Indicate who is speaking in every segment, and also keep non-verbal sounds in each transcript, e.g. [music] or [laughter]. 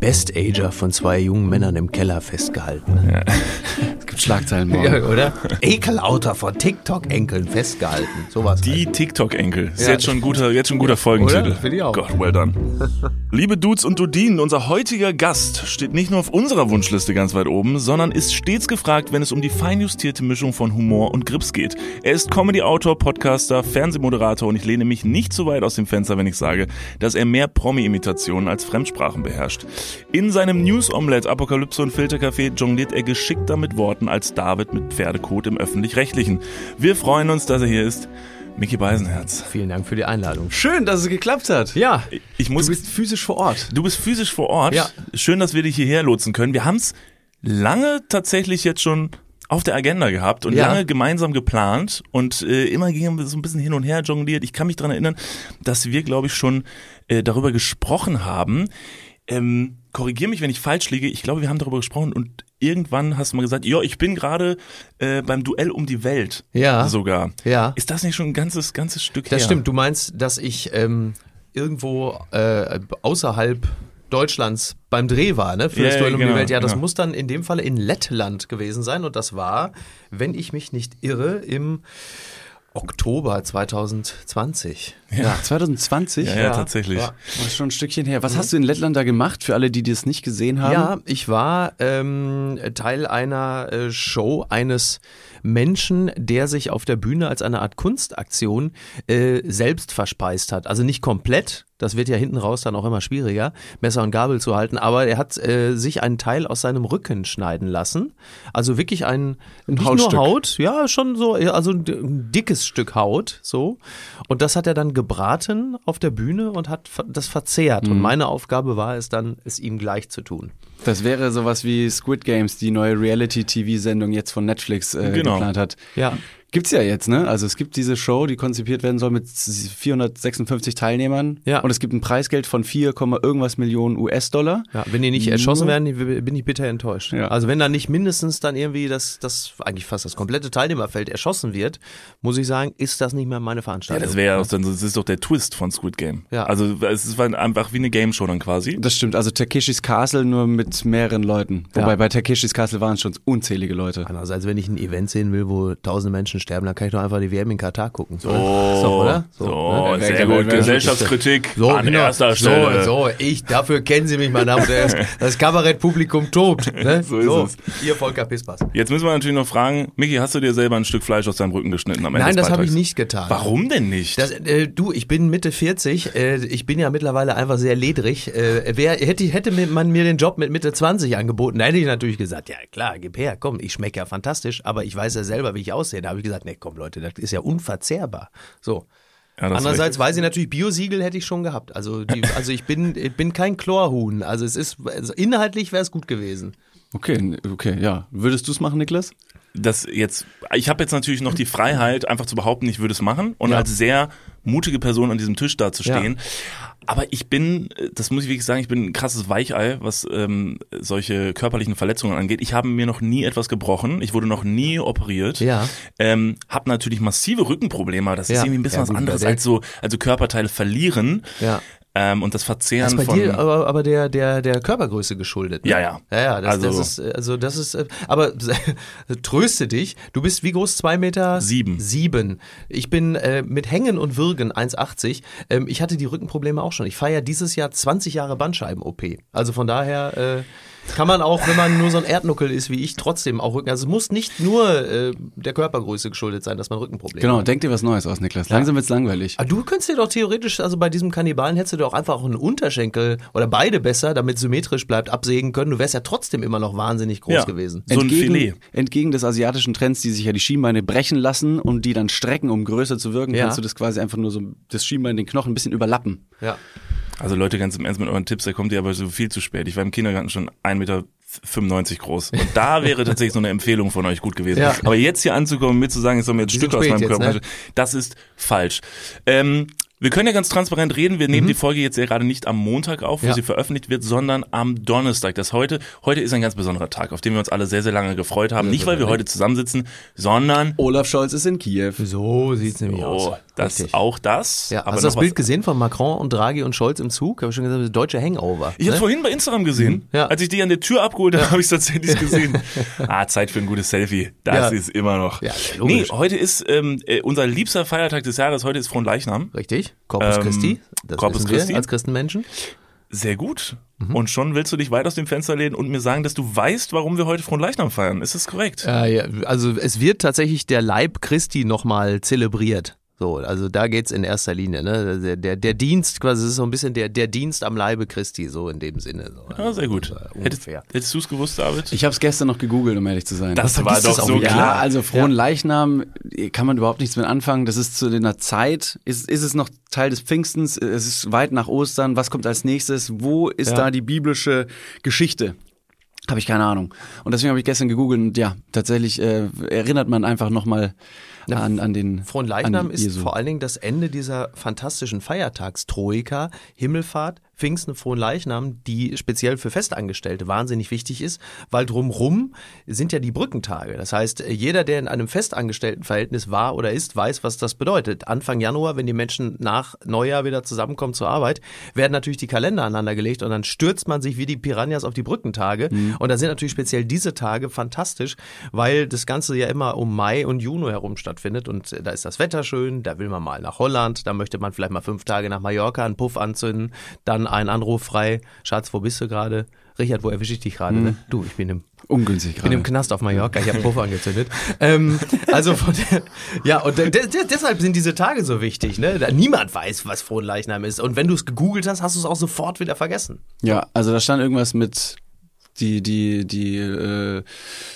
Speaker 1: Best-Ager von zwei jungen Männern im Keller festgehalten.
Speaker 2: Es gibt Schlagzeilen morgen.
Speaker 1: Ja, oder? Ekelauter von TikTok-Enkeln festgehalten. Sowas.
Speaker 3: Die TikTok-Enkel. Ist
Speaker 2: Ja.
Speaker 3: jetzt schon ein guter, jetzt schon ein guter Folgentitel.
Speaker 2: Oder? Finde ich auch.
Speaker 3: Gott, well done.
Speaker 2: [laughs]
Speaker 3: Liebe Dudes und Dudinen, unser heutiger Gast steht nicht nur auf unserer Wunschliste ganz weit oben, sondern ist stets gefragt, wenn es um die feinjustierte Mischung von Humor und Grips geht. Er ist Comedy-Autor, Podcaster, Fernsehmoderator und ich lehne mich nicht zu weit aus dem Fenster, wenn ich sage, dass er mehr Promi-Imitationen als Fremdsprachen beherrscht. In seinem News-Omelette Apokalypse und Filtercafé jongliert er geschickter mit Worten als David mit Pferdekot im Öffentlich-Rechtlichen. Wir freuen uns, dass er hier ist. Mickey Beisenherz.
Speaker 1: Vielen Dank für die Einladung.
Speaker 2: Schön, dass es geklappt hat.
Speaker 1: Ja,
Speaker 3: Ich muss
Speaker 2: Du bist physisch vor Ort.
Speaker 3: Du bist physisch vor Ort.
Speaker 1: Ja.
Speaker 3: Schön, dass wir dich hierher lotsen können. Wir haben es lange tatsächlich jetzt schon auf der Agenda gehabt und
Speaker 1: Ja.
Speaker 3: lange gemeinsam geplant und äh, immer gingen wir so ein bisschen hin und her jongliert. Ich kann mich dran erinnern, dass wir, glaube ich, schon äh, darüber gesprochen haben. Ähm, Korrigiere mich, wenn ich falsch liege. Ich glaube, wir haben darüber gesprochen und irgendwann hast du mal gesagt, ja, ich bin gerade äh, beim Duell um die Welt
Speaker 1: Ja.
Speaker 3: sogar.
Speaker 1: ja.
Speaker 3: Ist das nicht schon ein ganzes, ganzes Stück her?
Speaker 1: Das stimmt. Du meinst, dass ich ähm, irgendwo äh, außerhalb Deutschlands beim Dreh war, ne? Für
Speaker 3: Ja,
Speaker 1: das Duell um
Speaker 3: genau,
Speaker 1: die Welt. Ja, das
Speaker 3: genau.
Speaker 1: muss dann in dem Falle in Lettland gewesen sein. Und das war, wenn ich mich nicht irre, im Oktober 2020.
Speaker 2: Ja. 2020?
Speaker 3: Ja, Mhm. ja,
Speaker 1: Ja.
Speaker 3: tatsächlich.
Speaker 1: Ja.
Speaker 2: Boah, ist schon ein Stückchen her. Was hast du in Lettland da gemacht, für alle, die das nicht gesehen haben?
Speaker 1: Ja, ich war ähm, Teil einer äh, Show eines Menschen, der sich auf der Bühne als eine Art Kunstaktion äh, selbst verspeist hat. Also nicht komplett, das wird ja hinten raus dann auch immer schwieriger, Messer und Gabel zu halten, aber er hat äh, sich einen Teil aus seinem Rücken schneiden lassen. Also wirklich ein, nicht
Speaker 2: Hautstück.
Speaker 1: nur Haut, ja, schon so, also ein d- ein dickes Stück Haut, so. Und das hat er dann gebraten auf der Bühne und hat ver- das verzehrt.
Speaker 2: Mhm.
Speaker 1: Und meine Aufgabe war es dann, es ihm gleich zu tun.
Speaker 2: Das wäre sowas wie Squid Games, die neue Reality-TV-Sendung jetzt von Netflix äh,
Speaker 3: Genau.
Speaker 2: geplant hat.
Speaker 1: Ja.
Speaker 2: Gibt's ja jetzt, ne? Also es gibt diese Show, die konzipiert werden soll mit 456 Teilnehmern.
Speaker 1: Ja.
Speaker 2: Und es gibt ein Preisgeld von 4, Komma irgendwas Millionen US-Dollar.
Speaker 1: Ja, wenn die nicht erschossen werden, bin ich bitter enttäuscht.
Speaker 2: Ja.
Speaker 1: Also wenn da nicht mindestens dann irgendwie das, das eigentlich fast das komplette Teilnehmerfeld erschossen wird, muss ich sagen, ist das nicht mehr meine
Speaker 3: Ja,
Speaker 1: Veranstaltung.
Speaker 3: das wäre ja auch dann, so- das ist doch der Twist von Squid Game.
Speaker 1: Also, Ja.
Speaker 3: Also es ist einfach wie eine Game Show dann quasi.
Speaker 2: Das stimmt, also Takeshis Castle nur mit mehreren Leuten. Wobei
Speaker 1: Ja.
Speaker 2: bei Takeshis Castle waren schon unzählige Leute.
Speaker 1: Andererseits, wenn ich ein Event sehen will, wo tausende Menschen sterben, dann kann ich doch einfach die WM in Katar gucken. So, so oder?
Speaker 3: So,
Speaker 1: ne?
Speaker 2: Wer-
Speaker 3: sehr
Speaker 2: wer-
Speaker 3: gut.
Speaker 2: wer-
Speaker 3: Gesellschaftskritik
Speaker 1: So,
Speaker 3: an
Speaker 1: genau.
Speaker 3: erster Stelle.
Speaker 1: So, so, ich, dafür kennen Sie mich, mein Name. Das, das Kabarettpublikum tobt. Ne?
Speaker 3: [laughs] So ist es.
Speaker 1: Ihr Volker Pispers.
Speaker 3: Jetzt müssen wir natürlich noch fragen, Micky, hast du dir selber ein Stück Fleisch aus deinem Rücken geschnitten am Ende
Speaker 1: Nein,
Speaker 3: des
Speaker 1: das habe ich
Speaker 3: Beitrags?
Speaker 1: nicht getan.
Speaker 3: Warum denn nicht?
Speaker 1: Das, äh, du, ich bin Mitte 40. Äh, ich bin ja mittlerweile einfach sehr ledrig. Äh, wer, hätte, hätte mir- man mir den Job mit Mitte 20 angeboten, hätte ich natürlich gesagt, ja klar, gib her, komm, ich schmecke ja fantastisch, aber ich weiß ja selber, wie ich aussehe. Da habe ich gesagt, nee, komm Leute, das ist ja unverzehrbar. So.
Speaker 3: Ja, das ist
Speaker 1: Andererseits weiß ich natürlich, Biosiegel hätte ich schon gehabt. Also, die, also ich bin, ich bin kein Chlorhuhn. Also es ist, also inhaltlich wäre es gut gewesen.
Speaker 2: Okay, okay, ja. Würdest du's machen, Niklas?
Speaker 3: das jetzt, ich habe jetzt natürlich noch die Freiheit, einfach zu behaupten, ich würde es machen und
Speaker 1: Ja.
Speaker 3: als sehr mutige Person an diesem Tisch dazustehen. Aber ich bin, äh, das muss ich wirklich sagen, ich bin ein krasses Weichei, was ähm, solche körperlichen Verletzungen angeht. Ich habe mir noch nie etwas gebrochen, ich wurde noch nie operiert,
Speaker 1: Ja.
Speaker 3: ähm, habe natürlich massive Rückenprobleme, aber das ist
Speaker 1: Ja.
Speaker 3: irgendwie ein bisschen
Speaker 1: Ja,
Speaker 3: was
Speaker 1: gut,
Speaker 3: anderes
Speaker 1: bei der-
Speaker 3: als so, also Körperteile verlieren
Speaker 1: Ja.
Speaker 3: ähm, und das Verzehren
Speaker 1: Das ist bei
Speaker 3: von.
Speaker 1: dir aber, aber der, der, der Körpergröße geschuldet. Ne?
Speaker 3: Ja, ja.
Speaker 1: Ja, ja, das,
Speaker 3: Also-
Speaker 1: das ist, äh, also das ist, äh, aber [laughs] tröste dich, du bist wie groß? Zwei Meter?
Speaker 3: Sieben.
Speaker 1: Sieben. Ich bin äh, mit Hängen und Würgen 1,80. Ähm, ich hatte die Rückenprobleme auch schon. Ich feiere dieses Jahr 20 Jahre Bandscheiben-OP. Also von daher äh, kann man auch, wenn man nur so ein Erdnuckel ist wie ich, trotzdem auch Rücken. Also es muss nicht nur äh, der Körpergröße geschuldet sein, dass man Rückenprobleme
Speaker 2: Genau, denk dir was Neues aus, Niklas. Langsam wird's langweilig.
Speaker 1: Ah, Du könntest dir doch theoretisch, also bei diesem Kannibalen hättest du doch einfach auch einen Unterschenkel oder beide besser, damit symmetrisch bleibt, absägen können. Du wärst ja trotzdem immer noch wahnsinnig groß
Speaker 3: Ja.
Speaker 1: gewesen.
Speaker 3: So ein Filet.
Speaker 2: entgegen des asiatischen Trends, die sich ja die Schienbeine brechen lassen und die dann strecken, um größer zu wirken,
Speaker 1: Ja.
Speaker 2: kannst du das quasi einfach nur so das Schienbein, den Knochen ein bisschen überlappen.
Speaker 1: Ja.
Speaker 3: Also Leute, ganz im Ernst mit euren Tipps, da kommt ihr aber so viel zu spät. Ich war im Kindergarten schon 1,95 Meter groß. Und da wäre tatsächlich so eine Empfehlung von euch gut gewesen.
Speaker 1: Ja.
Speaker 3: Aber jetzt hier anzukommen, mir zu sagen, ich soll mir jetzt
Speaker 1: Die
Speaker 3: ein
Speaker 1: sind
Speaker 3: Stück aus
Speaker 1: spät
Speaker 3: meinem
Speaker 1: jetzt,
Speaker 3: Körper,
Speaker 1: ne?
Speaker 3: das ist falsch. Ähm, wir können ja ganz transparent reden. Wir nehmen die Folge jetzt ja gerade nicht am Montag auf, wo
Speaker 1: Mhm. Ja.
Speaker 3: sie veröffentlicht wird, sondern am Donnerstag. Das heute, heute ist ein ganz besonderer Tag, auf den wir uns alle sehr, sehr lange gefreut haben. Nicht, weil wir heute zusammensitzen, sondern
Speaker 2: Olaf Scholz ist in Kiew.
Speaker 1: So sieht's nämlich
Speaker 3: Oh, Das,
Speaker 1: Richtig.
Speaker 3: Auch das.
Speaker 1: Ja,
Speaker 3: aber
Speaker 1: hast du das
Speaker 3: noch was-
Speaker 1: Bild gesehen von Macron und Draghi und Scholz im Zug? Habe ich schon gesagt, das ist deutsche Hangover.
Speaker 3: Ich habe
Speaker 1: ne? Mhm.
Speaker 3: vorhin bei Instagram gesehen.
Speaker 1: Ja.
Speaker 3: Als ich die an der Tür abgeholt habe, habe
Speaker 1: [laughs]
Speaker 3: ich tatsächlich gesehen. Ah, Zeit für ein gutes Selfie. Das
Speaker 1: Ja.
Speaker 3: ist immer noch.
Speaker 1: Ja,
Speaker 3: nee,
Speaker 1: logisch.
Speaker 3: heute ist ähm, äh, unser liebster Feiertag des Jahres. Heute ist Fronleichnam.
Speaker 1: Richtig, Corpus
Speaker 3: Ähm,
Speaker 1: Christi, das
Speaker 3: Corpus
Speaker 1: wissen wir
Speaker 3: Christi.
Speaker 1: als Christenmenschen.
Speaker 3: Sehr gut.
Speaker 1: Mhm.
Speaker 3: Und schon willst du dich weit aus dem Fenster lehnen und mir sagen, dass du weißt, warum wir heute Fronleichnam feiern. Ist das korrekt?
Speaker 1: Äh, ja, also es wird tatsächlich der Leib Christi nochmal zelebriert. So, also da geht's in erster Linie. Ne? Der, der, der Dienst quasi, es ist so ein bisschen der, der Dienst am Leibe Christi, so in dem Sinne. So.
Speaker 3: Ja, Ah, sehr gut.
Speaker 1: Äh,
Speaker 3: Hättest,
Speaker 1: ungefähr.
Speaker 3: hättest du es gewusst, David?
Speaker 2: Ich habe es gestern noch gegoogelt, um ehrlich zu sein.
Speaker 3: das war
Speaker 1: vergisst
Speaker 3: doch
Speaker 1: es auch
Speaker 3: so
Speaker 1: wieder.
Speaker 2: Ja,
Speaker 3: klar.
Speaker 2: also frohen Leichnam äh, kann man überhaupt nichts mit anfangen. Das ist zu einer Zeit, ist, ist es noch Teil des Pfingstens, es ist weit nach Ostern, was kommt als nächstes, wo ist da die biblische Geschichte? Habe ich keine Ahnung. Und deswegen habe ich gestern gegoogelt und ja, tatsächlich äh, erinnert man einfach nochmal an, an den
Speaker 1: Fronleichnam
Speaker 2: an
Speaker 1: ist
Speaker 2: Jesu.
Speaker 1: vor allen Dingen das Ende dieser fantastischen Feiertagstroika, Himmelfahrt, Pfingsten, Fronleichnam, die speziell für Festangestellte wahnsinnig wichtig ist, weil drumrum sind ja die Brückentage. Das heißt, jeder, der in einem Festangestelltenverhältnis war oder ist, weiß, was das bedeutet. Anfang Januar, wenn die Menschen nach Neujahr wieder zusammenkommen zur Arbeit, werden natürlich die Kalender aneinander gelegt und dann stürzt man sich wie die Piranhas auf die Brückentage. Und da sind natürlich speziell diese Tage fantastisch, weil das Ganze ja immer um Mai und Juni herum stattfindet. Und äh, da ist das Wetter schön, da will man mal nach Holland, da möchte man vielleicht mal fünf Tage nach Mallorca einen Puff anzünden, dann einen Anruf frei. Schatz, wo bist du gerade? Richard, wo erwische ich dich gerade? Ne? Du, ich bin im
Speaker 2: Ungünstig
Speaker 1: bin im
Speaker 2: gerade.
Speaker 1: Knast auf Mallorca, ich habe Puff angezündet. ähm, also von der, ja, und de, de, deshalb sind diese Tage so wichtig, ne? Da niemand weiß, was Frohenleichnam ist. Und wenn du es gegoogelt hast, hast du es auch sofort wieder vergessen.
Speaker 2: Ja, also da stand irgendwas mit die die die äh,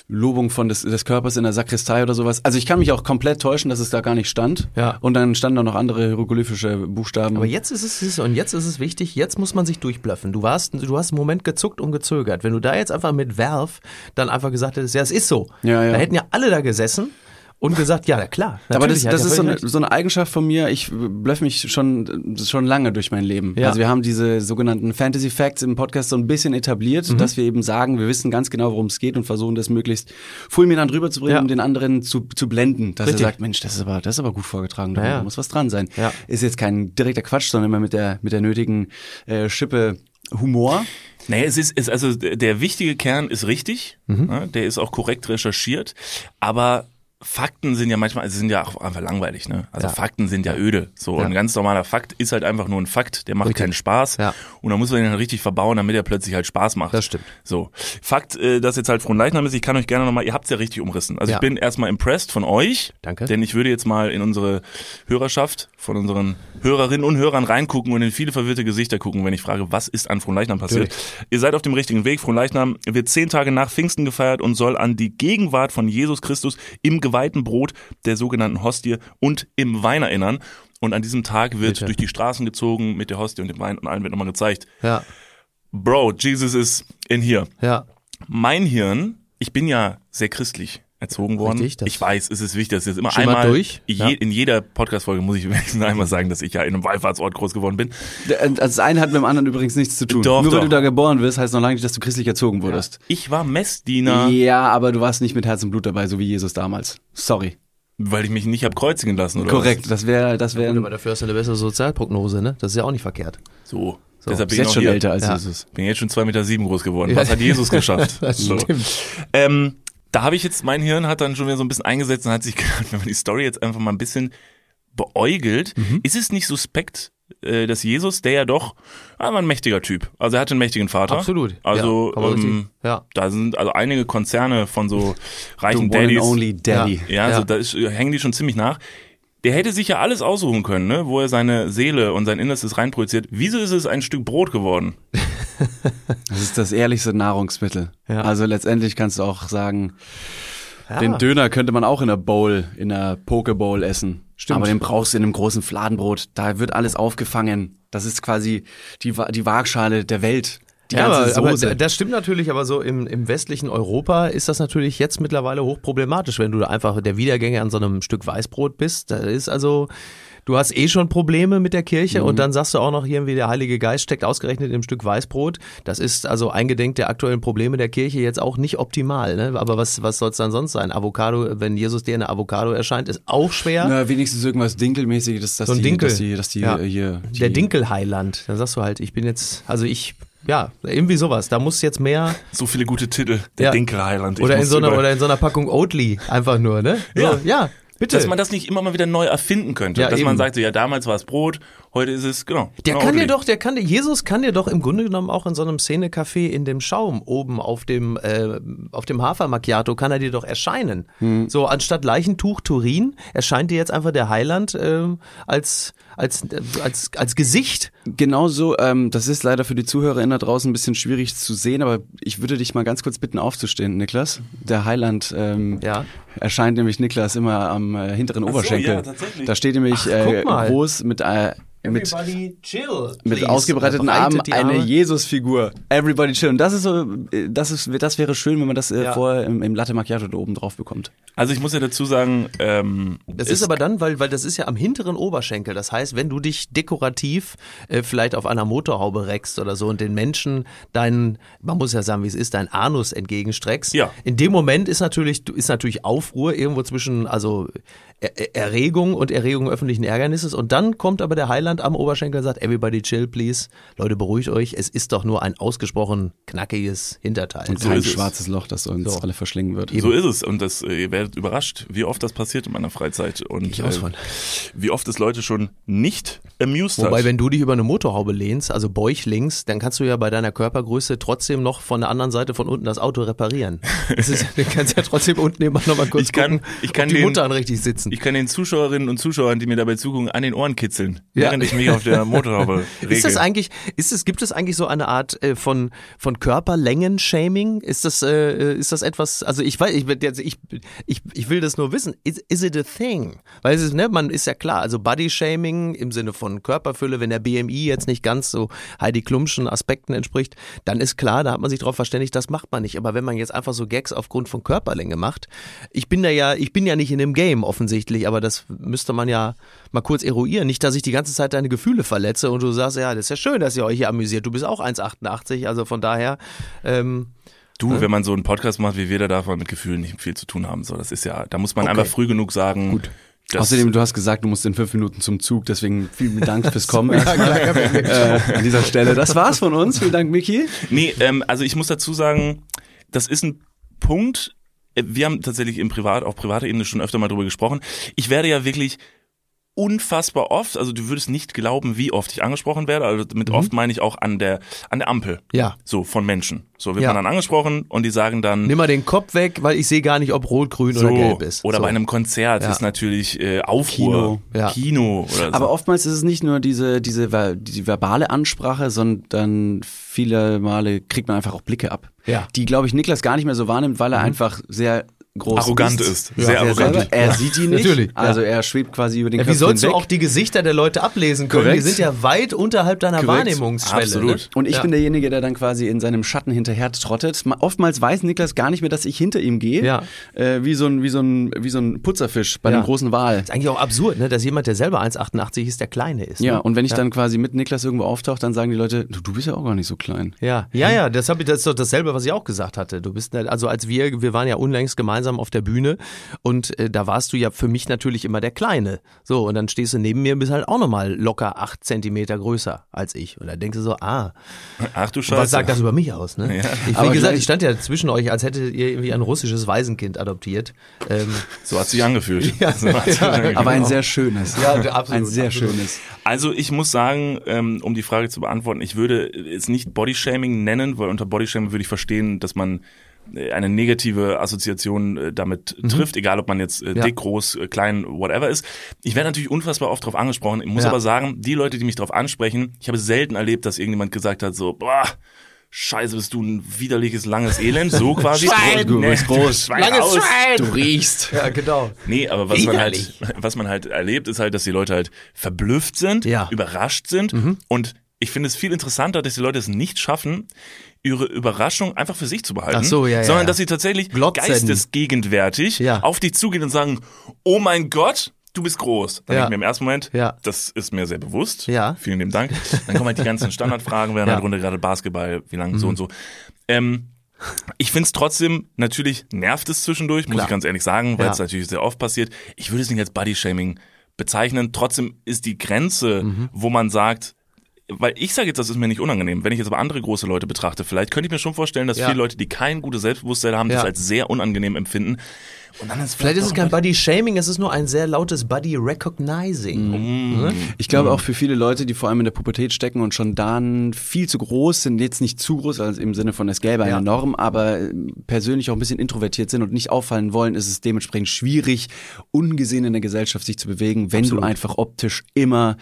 Speaker 2: Lobung von des, des Körpers in der Sakristei oder sowas. Also ich kann mich auch komplett täuschen, dass es da gar nicht stand.
Speaker 1: Ja.
Speaker 2: Und dann standen da noch andere hieroglyphische Buchstaben.
Speaker 1: Aber jetzt ist es es- und jetzt ist es wichtig, jetzt muss man sich durchblöffen. Du warst, du hast einen Moment gezuckt und gezögert. Wenn du da jetzt einfach mit Werf dann einfach gesagt hättest, ja, es ist so.
Speaker 2: Ja, ja.
Speaker 1: Da hätten ja alle da gesessen und gesagt, ja, na klar.
Speaker 2: Aber das,
Speaker 1: natürlich, er hat
Speaker 2: das
Speaker 1: ja
Speaker 2: ist so
Speaker 1: völlig
Speaker 2: eine,
Speaker 1: recht.
Speaker 2: so eine Eigenschaft von mir. Ich blöff mich schon, schon lange durch mein Leben.
Speaker 1: Ja.
Speaker 2: Also wir haben diese sogenannten Fantasy Facts im Podcast so ein bisschen etabliert,
Speaker 1: Mhm.
Speaker 2: dass wir eben sagen, wir wissen ganz genau, worum es geht und versuchen das möglichst fulminant rüberzubringen,
Speaker 1: Ja.
Speaker 2: um den anderen zu, zu blenden. Dass
Speaker 1: Richtig.
Speaker 2: er sagt, Mensch, das ist aber, das ist aber gut vorgetragen, da
Speaker 1: Ja, ja.
Speaker 2: muss was dran sein.
Speaker 1: Ja.
Speaker 2: Ist jetzt kein direkter Quatsch, sondern immer mit der, mit der nötigen äh, Schippe Humor.
Speaker 3: Naja, es ist, es, also d- der wichtige Kern ist richtig,
Speaker 1: Mhm.
Speaker 3: ne? der ist auch korrekt recherchiert, aber Fakten sind ja manchmal, also sind ja auch einfach langweilig, ne? Also
Speaker 1: Ja.
Speaker 3: Fakten sind ja öde. So,
Speaker 1: Ja.
Speaker 3: ein ganz normaler Fakt ist halt einfach nur ein Fakt, der macht
Speaker 1: Richtig.
Speaker 3: keinen Spaß.
Speaker 1: Ja.
Speaker 3: Und da muss man ihn dann richtig verbauen, damit er plötzlich halt Spaß macht.
Speaker 1: Das stimmt.
Speaker 3: So. Fakt, äh, dass jetzt halt Fronleichnam ist, ich kann euch gerne nochmal, ihr habt's ja richtig umrissen. Also
Speaker 1: Ja.
Speaker 3: ich bin erstmal impressed von euch.
Speaker 1: Danke.
Speaker 3: Denn ich würde jetzt mal in unsere Hörerschaft von unseren Hörerinnen und Hörern reingucken und in viele verwirrte Gesichter gucken, wenn ich frage, was ist an Fronleichnam passiert? Ihr seid auf dem richtigen Weg. Fronleichnam wird zehn Tage nach Pfingsten gefeiert und soll an die Gegenwart von Jesus Christus im geweihten Brot der sogenannten Hostie und im Wein erinnern. Und an diesem Tag wird durch die Straßen gezogen mit der Hostie und dem Wein und allen wird nochmal gezeigt,
Speaker 1: Ja,
Speaker 3: Bro, Jesus ist in here
Speaker 1: ja.
Speaker 3: mein Hirn, ich bin ja sehr christlich erzogen worden.
Speaker 1: Richtig, das
Speaker 3: ich weiß, es ist wichtig, dass jetzt immer
Speaker 1: Schimmert
Speaker 3: einmal
Speaker 1: durch,
Speaker 3: Je,
Speaker 1: ja.
Speaker 3: in jeder Podcast-Folge muss ich [laughs] wenigstens einmal sagen, dass ich ja in einem Wallfahrtsort groß geworden bin.
Speaker 2: Also das eine hat mit dem anderen übrigens nichts zu tun.
Speaker 3: Doch,
Speaker 2: Nur
Speaker 3: doch.
Speaker 2: weil du da geboren wirst, heißt noch lange nicht, dass du christlich erzogen wurdest.
Speaker 3: Ich war Messdiener,
Speaker 2: Ja, aber du warst nicht mit Herz und Blut dabei, so wie Jesus damals. Sorry.
Speaker 3: weil ich mich nicht hab kreuzigen lassen, oder?
Speaker 2: Korrekt, das wäre das
Speaker 1: Gut,
Speaker 2: wäre
Speaker 1: aber dafür hast du eine bessere Sozialprognose, ne? Das ist ja auch nicht verkehrt.
Speaker 3: Was? So. Deshalb bin ich
Speaker 2: jetzt
Speaker 3: auch
Speaker 2: schon
Speaker 3: hier.
Speaker 2: älter als
Speaker 1: Ja.
Speaker 2: Jesus.
Speaker 3: Bin jetzt schon zwei Meter sieben groß geworden.
Speaker 1: Ja.
Speaker 3: Was hat Jesus geschafft?
Speaker 1: [laughs] Das
Speaker 3: so.
Speaker 1: stimmt.
Speaker 3: ähm, da habe ich jetzt, mein Hirn hat dann schon wieder so ein bisschen eingesetzt und hat sich [laughs] gedacht, wenn man die Story jetzt einfach mal ein bisschen beäugelt,
Speaker 1: Mhm.
Speaker 3: ist es nicht suspekt, äh, dass Jesus, der ja doch, er war ein mächtiger Typ. Also er hatte einen mächtigen Vater.
Speaker 1: Absolut.
Speaker 3: Also
Speaker 1: Ja, kann man
Speaker 3: ähm,
Speaker 1: richtig- ja.
Speaker 3: da sind also einige Konzerne
Speaker 1: [laughs]
Speaker 3: von so reichen
Speaker 2: one and
Speaker 3: Daddies.
Speaker 2: only Daddy.
Speaker 3: Ja, also
Speaker 1: Ja.
Speaker 3: da ist, hängen die schon ziemlich nach. Der hätte sich ja alles aussuchen können, ne? wo er seine Seele und sein Innerstes reinprojiziert. Wieso ist es ein Stück Brot geworden?
Speaker 2: Das ist das ehrlichste Nahrungsmittel.
Speaker 1: Ja.
Speaker 2: Also letztendlich kannst du auch sagen,
Speaker 1: Ja.
Speaker 2: den Döner könnte man auch in einer Bowl, in einer Poke Bowl essen.
Speaker 1: Stimmt.
Speaker 2: Aber den brauchst du in einem großen Fladenbrot. Da wird alles aufgefangen. Das ist quasi die, Wa- die Waagschale der Welt. Die
Speaker 1: Ja,
Speaker 2: ganze
Speaker 1: aber,
Speaker 2: Soße.
Speaker 1: aber das stimmt natürlich, aber so im, im westlichen Europa ist das natürlich jetzt mittlerweile hochproblematisch, wenn du da einfach der Wiedergänger an so einem Stück Weißbrot bist. Da ist also, du hast eh schon Probleme mit der Kirche und dann sagst du auch noch hier, wie der Heilige Geist steckt ausgerechnet im Stück Weißbrot. Das ist also eingedenk der aktuellen Probleme der Kirche jetzt auch nicht optimal. Ne? Aber was, was soll es dann sonst sein? Avocado, wenn Jesus dir in eine Avocado erscheint, ist auch schwer.
Speaker 2: Na, wenigstens irgendwas Dinkelmäßiges, dass, dass,
Speaker 1: So ein
Speaker 2: die,
Speaker 1: Dinkel.
Speaker 2: dass die, dass die
Speaker 1: Ja.
Speaker 2: äh, hier. Die,
Speaker 1: der Dinkelheiland. Dann sagst du halt, ich bin jetzt, also ich, ja, irgendwie sowas. Da muss jetzt mehr.
Speaker 2: [laughs]
Speaker 3: So viele gute Titel. Der
Speaker 1: Ja.
Speaker 3: Dinkelheiland. Ich
Speaker 1: Oder in,
Speaker 3: muss
Speaker 1: so einer,
Speaker 3: überall-
Speaker 1: oder in so einer Packung Oatly einfach nur, ne? So,
Speaker 3: Ja.
Speaker 1: ja, bitte.
Speaker 3: Dass man das nicht immer mal wieder neu erfinden könnte.
Speaker 1: Ja,
Speaker 3: dass man
Speaker 1: eben.
Speaker 3: sagt, so, ja, damals war es Brot, heute ist es, genau.
Speaker 1: Der
Speaker 3: genau,
Speaker 1: kann dir
Speaker 3: Oatly.
Speaker 1: doch, der kann dir, Jesus kann dir doch im Grunde genommen auch in so einem Szenecafé in dem Schaum oben auf dem, äh, auf dem Hafer Macchiato kann er dir doch erscheinen.
Speaker 2: Hm.
Speaker 1: So, anstatt Leichentuch Turin erscheint dir jetzt einfach der Heiland ähm, als, als, äh, als, als Gesicht.
Speaker 2: Genauso, ähm, das ist leider für die ZuhörerInnen da draußen ein bisschen schwierig zu sehen, aber ich würde dich mal ganz kurz bitten aufzustehen, Niklas. Der Heiland ähm,
Speaker 1: Ja.
Speaker 2: erscheint nämlich Niklas immer am äh, hinteren
Speaker 3: so,
Speaker 2: Oberschenkel.
Speaker 3: ja, tatsächlich.
Speaker 2: Da steht nämlich äh,
Speaker 1: guck mal.
Speaker 2: groß mit, äh, mit,
Speaker 1: chill,
Speaker 2: mit ausgebreiteten Armen eine Jesusfigur. Everybody chill. Und das ist so, äh, das ist, das wäre schön, wenn man das äh,
Speaker 1: Ja.
Speaker 2: vorher im, im Latte Macchiato da oben drauf bekommt.
Speaker 3: Also ich muss ja dazu sagen, ähm,
Speaker 1: Das ist aber dann, weil, weil das ist ja am hinteren Oberschenkel. Das heißt, wenn du dich dekorativ äh, vielleicht auf einer Motorhaube reckst oder so und den Menschen deinen, man muss ja sagen, wie es ist, deinen Anus entgegenstreckst,
Speaker 3: Ja.
Speaker 1: in dem Moment ist natürlich, ist natürlich Aufruhr irgendwo zwischen, also er Er- Erregung und Erregung öffentlichen Ärgernisses. Und dann kommt aber der Heiland am Oberschenkel und sagt, everybody chill, please. Leute, beruhigt euch. Es ist doch nur ein ausgesprochen knackiges Hinterteil.
Speaker 2: Und
Speaker 3: so
Speaker 2: kein
Speaker 3: ist es.
Speaker 2: schwarzes Loch, das uns alle verschlingen wird.
Speaker 3: so ist es. Und das, äh, ihr werdet überrascht, wie oft das passiert in meiner Freizeit. Und äh,
Speaker 1: ich aus von.
Speaker 3: wie oft es Leute schon nicht amused
Speaker 1: Wobei,
Speaker 3: hat.
Speaker 1: wenn du dich über eine Motorhaube lehnst, also bäuchlings, dann kannst du ja bei deiner Körpergröße trotzdem noch von der anderen Seite von unten das Auto reparieren. Das ist, du kannst ja trotzdem unten immer noch mal kurz
Speaker 3: Ich kann-
Speaker 1: gucken,
Speaker 3: ich kann
Speaker 1: ob die
Speaker 3: den-
Speaker 1: Muttern richtig sitzen.
Speaker 3: ich kann den Zuschauerinnen und Zuschauern, die mir dabei zugucken, an den Ohren kitzeln,
Speaker 1: Ja.
Speaker 3: während ich mich
Speaker 1: [laughs]
Speaker 3: auf der Motorhaube regel.
Speaker 1: ist das eigentlich, ist es, gibt es eigentlich so eine Art äh, von, von Körperlängen-Shaming? Ist das, äh, ist das etwas, also ich weiß, ich, also ich, ich, ich will das nur wissen. Is, is it a thing? Weil es ist, ne, man ist ja klar, also Body-Shaming im Sinne von Körperfülle, wenn der BMI jetzt nicht ganz so Heidi Klumschen Aspekten entspricht, dann ist klar, da hat man sich drauf verständigt, das macht man nicht. Aber wenn man jetzt einfach so Gags aufgrund von Körperlänge macht, ich bin da ja, ich bin ja nicht in dem Game offensichtlich, aber das müsste man ja mal kurz eruieren. Nicht, dass ich die ganze Zeit deine Gefühle verletze und du sagst, ja, das ist ja schön, dass ihr euch hier amüsiert. Du bist auch 1,88, also von daher, ähm,
Speaker 3: Du, wenn man so einen Podcast macht wie wir, da darf man mit Gefühlen nicht viel zu tun haben. So, das ist ja, da muss man einfach früh genug sagen. Gut. Das,
Speaker 2: Außerdem, du hast gesagt, du musst in fünf Minuten zum Zug, deswegen vielen Dank
Speaker 1: [laughs]
Speaker 2: fürs Kommen erstmal äh, an dieser Stelle. Das war's von uns. Vielen Dank, Miki.
Speaker 3: Nee, ähm, also ich muss dazu sagen, das ist ein Punkt. äh, Wir haben tatsächlich im Privat, auf privater Ebene schon öfter mal drüber gesprochen. Ich werde ja wirklich unfassbar oft, also du würdest nicht glauben, wie oft ich angesprochen werde. Also mit oft meine ich auch an der, an der Ampel.
Speaker 1: Mhm. ja.
Speaker 3: So, von Menschen. So wird
Speaker 1: Ja.
Speaker 3: man dann angesprochen und die sagen dann.
Speaker 1: Nimm mal den Kopf weg, weil ich sehe gar nicht, ob rot, grün
Speaker 3: so,
Speaker 1: oder gelb ist.
Speaker 3: Oder
Speaker 1: so.
Speaker 3: bei einem Konzert
Speaker 1: Ja.
Speaker 3: ist natürlich äh, Aufruhr.
Speaker 2: Kino,
Speaker 1: ja.
Speaker 3: Kino oder so.
Speaker 2: Aber oftmals ist es nicht nur diese, diese ver- die verbale Ansprache, sondern viele Male kriegt man einfach auch Blicke ab.
Speaker 1: Ja. Mhm.
Speaker 2: Die, glaube ich, Niklas gar nicht mehr so wahrnimmt, weil er einfach sehr groß
Speaker 3: Arrogant ist.
Speaker 2: ist.
Speaker 3: Sehr arrogant.
Speaker 2: selber- Er sieht die nicht.
Speaker 1: Natürlich, ja.
Speaker 2: Also er schwebt quasi über den
Speaker 1: ja, wie
Speaker 2: Köpfen
Speaker 1: sollst du
Speaker 2: hinweg.
Speaker 1: auch die Gesichter der Leute ablesen können?
Speaker 2: Korrekt.
Speaker 1: Die sind ja weit unterhalb deiner
Speaker 2: Korrekt.
Speaker 1: Wahrnehmungsschwelle.
Speaker 3: Absolut.
Speaker 1: Ne?
Speaker 2: Und ich
Speaker 1: ja.
Speaker 2: bin derjenige, der dann quasi in seinem Schatten hinterher trottet. Ma- Oftmals weiß Niklas gar nicht mehr, dass ich hinter ihm gehe.
Speaker 1: Ja.
Speaker 2: Äh, wie, so ein, wie, so ein, wie so ein Putzerfisch bei
Speaker 1: Ja.
Speaker 2: einem großen Wal.
Speaker 1: Ist eigentlich auch absurd, ne, dass jemand, der selber 1,88 ist, der Kleine ist.
Speaker 2: Ja,
Speaker 1: ne?
Speaker 2: und wenn ich dann quasi mit Niklas irgendwo auftauche, dann sagen die Leute, du, du bist ja auch gar nicht so klein.
Speaker 1: Ja, ja, ja, das, hab ich, das ist doch dasselbe, was ich auch gesagt hatte. Du bist, ne- also als wir, wir waren ja unlängst gemeinsam auf der Bühne und äh, da warst du ja für mich natürlich immer der Kleine. So, und dann stehst du neben mir und bist halt auch nochmal locker acht Zentimeter größer als ich. Und dann denkst du so, ah,
Speaker 3: Ach du Scheiße.
Speaker 1: was sagt das über mich aus, ne? Ich, wie
Speaker 2: Aber
Speaker 1: gesagt,
Speaker 2: gleich-
Speaker 1: ich stand ja zwischen euch, als hättet ihr irgendwie ein russisches Waisenkind adoptiert. Ähm,
Speaker 3: So hat
Speaker 1: [laughs]
Speaker 3: sich angefühlt. So hat sich angefühlt.
Speaker 2: Aber ein sehr schönes.
Speaker 1: genau. Ja, absolut,
Speaker 2: Ein sehr
Speaker 1: absolut.
Speaker 2: schönes.
Speaker 3: Also ich muss sagen, ähm, um die Frage zu beantworten, ich würde es nicht Bodyshaming nennen, weil unter Bodyshaming würde ich verstehen, dass man äh, eine negative Assoziation äh, damit trifft, egal ob man jetzt äh,
Speaker 1: Ja.
Speaker 3: dick, groß, äh, klein, whatever ist. Ich werde natürlich unfassbar oft darauf angesprochen. Ich muss
Speaker 1: Ja.
Speaker 3: aber sagen, die Leute, die mich darauf ansprechen, ich habe selten erlebt, dass irgendjemand gesagt hat, so, boah, scheiße, bist du ein widerliches, langes Elend, so quasi.
Speaker 1: Schwein!
Speaker 3: Du bist
Speaker 2: groß.
Speaker 3: Langes aus.
Speaker 2: Du riechst.
Speaker 1: [laughs] ja, genau.
Speaker 3: Nee, aber was man, halt,
Speaker 1: Widerlich.
Speaker 3: [laughs] was man halt erlebt, ist halt, dass die Leute halt verblüfft sind,
Speaker 1: Ja. Mhm.
Speaker 3: überrascht sind. Und ich finde es viel interessanter, dass die Leute es nicht schaffen, ihre Überraschung einfach für sich zu behalten.
Speaker 1: Ach so, ja, ja,
Speaker 3: sondern
Speaker 1: ja.
Speaker 3: dass sie tatsächlich
Speaker 1: Glotzen.
Speaker 3: geistesgegenwärtig
Speaker 1: Ja.
Speaker 3: auf dich zugehen und sagen, oh mein Gott, du bist groß. Dann
Speaker 1: Ja.
Speaker 3: denke ich mir im ersten Moment,
Speaker 1: Ja.
Speaker 3: das ist mir sehr bewusst.
Speaker 1: Ja.
Speaker 3: Vielen lieben Dank. Dann kommen halt die ganzen Standardfragen, während
Speaker 1: Ja. Mhm.
Speaker 3: der Runde gerade Basketball, wie lang, so und so. Ähm, ich finde es trotzdem, natürlich nervt es zwischendurch, muss
Speaker 1: Klar.
Speaker 3: ich ganz ehrlich sagen, weil
Speaker 1: Ja.
Speaker 3: es natürlich sehr oft passiert. Ich würde es nicht als Bodyshaming bezeichnen. Trotzdem ist die Grenze,
Speaker 1: Mhm.
Speaker 3: wo man sagt, weil ich sage jetzt, das ist mir nicht unangenehm. Wenn ich jetzt aber andere große Leute betrachte, vielleicht könnte ich mir schon vorstellen, dass
Speaker 1: Ja.
Speaker 3: viele Leute, die kein gutes Selbstbewusstsein haben, das
Speaker 1: Ja.
Speaker 3: als sehr unangenehm empfinden. Und dann ist
Speaker 1: Vielleicht ist es
Speaker 3: doch
Speaker 1: kein Body Shaming, es ist nur ein sehr lautes Body Recognizing.
Speaker 2: Mm.
Speaker 1: Ne?
Speaker 2: Ich glaube
Speaker 3: Mhm.
Speaker 2: auch für viele Leute, die vor allem in der Pubertät stecken und schon dann viel zu groß sind, jetzt nicht zu groß, also im Sinne von es gäbe eine
Speaker 1: Ja.
Speaker 2: Norm, aber äh, persönlich auch ein bisschen introvertiert sind und nicht auffallen wollen, ist es dementsprechend schwierig, ungesehen in der Gesellschaft sich zu bewegen, wenn du einfach optisch immer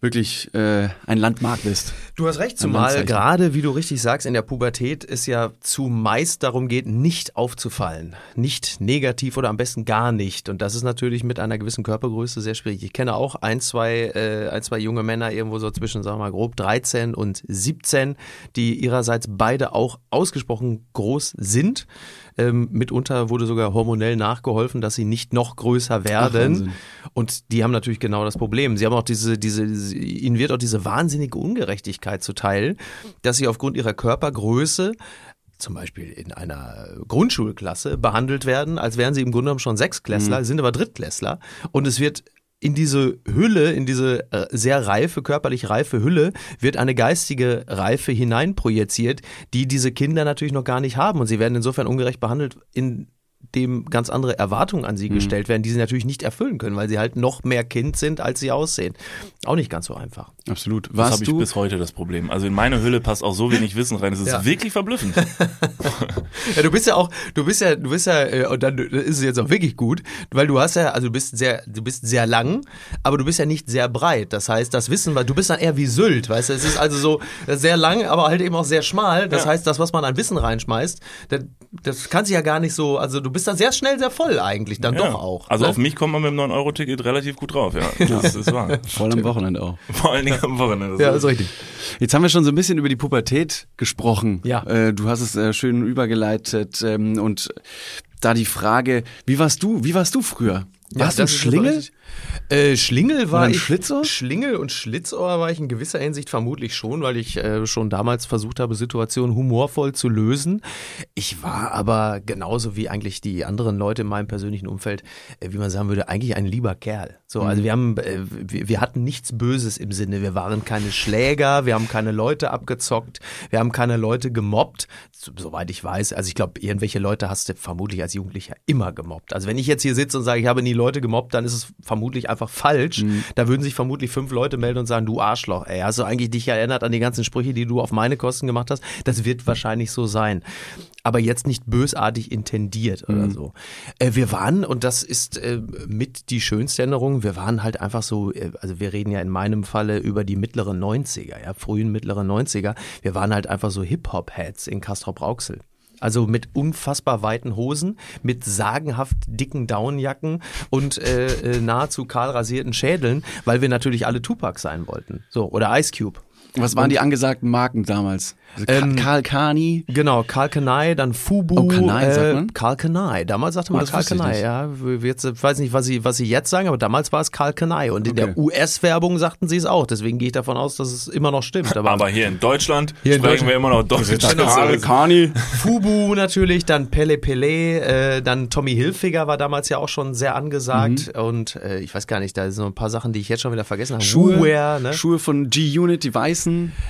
Speaker 2: wirklich äh, ein Landmark bist.
Speaker 1: Du hast recht,
Speaker 2: Ein
Speaker 1: zumal
Speaker 2: Warnzeichen.
Speaker 1: gerade, wie du richtig sagst, in der Pubertät es ja zumeist darum geht, nicht aufzufallen. Nicht negativ oder am besten gar nicht. Und das ist natürlich mit einer gewissen Körpergröße sehr schwierig. Ich kenne auch ein, zwei, äh, ein, zwei junge Männer irgendwo so zwischen, sagen wir mal, grob 13 und 17, die ihrerseits beide auch ausgesprochen groß sind. Ähm, mitunter wurde sogar hormonell nachgeholfen, dass sie nicht noch größer werden.
Speaker 2: Wahnsinn.
Speaker 1: Und die haben natürlich genau das Problem. Sie haben auch diese, diese, diese ihnen wird auch diese wahnsinnige Ungerechtigkeit zuteil, dass sie aufgrund ihrer Körpergröße zum Beispiel in einer Grundschulklasse behandelt werden, als wären sie im Grunde genommen schon Sechsklässler, sind aber Drittklässler. Und es wird in diese Hülle, in diese äh, sehr reife, körperlich reife Hülle, wird eine geistige Reife hineinprojiziert, die diese Kinder natürlich noch gar nicht haben. Und sie werden insofern ungerecht behandelt, in dem ganz andere Erwartungen an sie gestellt werden, die sie natürlich nicht erfüllen können, weil sie halt noch mehr Kind sind, als sie aussehen. Auch nicht ganz so einfach.
Speaker 2: Absolut.
Speaker 3: Das
Speaker 2: Warst
Speaker 3: habe ich
Speaker 2: du?
Speaker 3: bis heute das Problem. Also in meine Hülle passt auch so wenig Wissen rein. Das ist
Speaker 1: Ja.
Speaker 3: wirklich verblüffend.
Speaker 1: Ja, du bist ja auch, du bist ja, du bist ja, äh, und dann ist es jetzt auch wirklich gut, weil du hast ja, also du bist sehr, du bist sehr lang, aber du bist ja nicht sehr breit. Das heißt, das Wissen, weil du bist dann eher wie Sylt, weißt du, es ist also so sehr lang, aber halt eben auch sehr schmal. Das heißt, das, was man an Wissen reinschmeißt, das, das kann sich ja gar nicht so, also du bist dann sehr schnell sehr voll eigentlich, dann
Speaker 3: Ja.
Speaker 1: [laughs] doch auch.
Speaker 3: Also
Speaker 1: ne?
Speaker 3: auf mich kommt man mit dem 9-Euro-Ticket relativ gut drauf, ja. Das ist wahr.
Speaker 1: [laughs]
Speaker 2: Voll am Wochenende auch.
Speaker 3: Vor allen Dingen am Wochenende.
Speaker 1: ja, ist richtig.
Speaker 2: Jetzt haben wir schon so ein bisschen über die Pubertät gesprochen.
Speaker 1: Ja.
Speaker 2: Äh, du hast es äh, schön übergeleitet ähm, und da die Frage, wie warst du, wie warst du früher?
Speaker 1: Ja,
Speaker 2: Warst du ein
Speaker 1: das ist super
Speaker 2: Schlingel?
Speaker 1: richtig. Äh, Schlingel war
Speaker 2: ein
Speaker 1: ich.
Speaker 2: Schlitzohr?
Speaker 1: Schlingel und Schlitzohr war ich in gewisser Hinsicht vermutlich schon, weil ich äh, schon damals versucht habe, Situationen humorvoll zu lösen. Ich war aber genauso wie eigentlich die anderen Leute in meinem persönlichen Umfeld, äh, wie man sagen würde, eigentlich ein lieber Kerl. So,
Speaker 2: Mhm.
Speaker 1: also wir haben, äh, wir, wir hatten nichts Böses im Sinne. Wir waren keine Schläger, wir haben keine Leute abgezockt, wir haben keine Leute gemobbt, so- soweit ich weiß. Also ich glaube, irgendwelche Leute hast du vermutlich als Jugendlicher immer gemobbt. Also wenn ich jetzt hier sitze und sage, ich habe nie Leute gemobbt, dann ist es vermutlich einfach falsch. Da würden sich vermutlich fünf Leute melden und sagen, du Arschloch, ey, hast du eigentlich dich erinnert an die ganzen Sprüche, die du auf meine Kosten gemacht hast? Das wird wahrscheinlich so sein. Aber jetzt nicht bösartig intendiert oder so. Äh, wir waren, und das ist äh, mit die schönste Erinnerung, wir waren halt einfach so, äh, also wir reden ja in meinem Falle über die mittleren 90er, ja, frühen mittleren 90er. Wir waren halt einfach so Hip-Hop-Heads in Castrop-Rauxel. Also mit unfassbar weiten Hosen, mit sagenhaft dicken Downjacken und äh, äh, nahezu kahl rasierten Schädeln, weil wir natürlich alle Tupac sein wollten. So, oder Ice Cube.
Speaker 2: Was waren die angesagten Marken damals? Also Ka-
Speaker 1: Ähm,
Speaker 2: Karl Kani.
Speaker 1: Genau, Karl Kanai, dann Fubu.
Speaker 2: Oh, Kanai sagt man?
Speaker 1: Karl Kanai. Damals sagte man
Speaker 2: das
Speaker 1: Karl
Speaker 2: wusste ich
Speaker 1: Kanai,
Speaker 2: nicht.
Speaker 1: Oh, ja. Jetzt, ich weiß nicht, was sie, was sie jetzt sagen, aber damals war es Karl Kanai. Und in
Speaker 2: Okay.
Speaker 1: der US-Werbung sagten sie es auch. Deswegen gehe ich davon aus, dass es immer noch stimmt. Aber,
Speaker 3: Aber hier in Deutschland
Speaker 1: Hier in
Speaker 3: sprechen
Speaker 1: Deutschland-
Speaker 3: wir immer noch Deutsch.
Speaker 2: Kani.
Speaker 1: Fubu natürlich, dann Pele Pele, äh, dann Tommy Hilfiger war damals ja auch schon sehr angesagt. Und äh, ich weiß gar nicht, da sind so ein paar Sachen, die ich jetzt schon wieder vergessen habe. Schuhwear,
Speaker 2: Schuhe,
Speaker 1: ne?
Speaker 2: Schuhe von G-Unit, die weißen.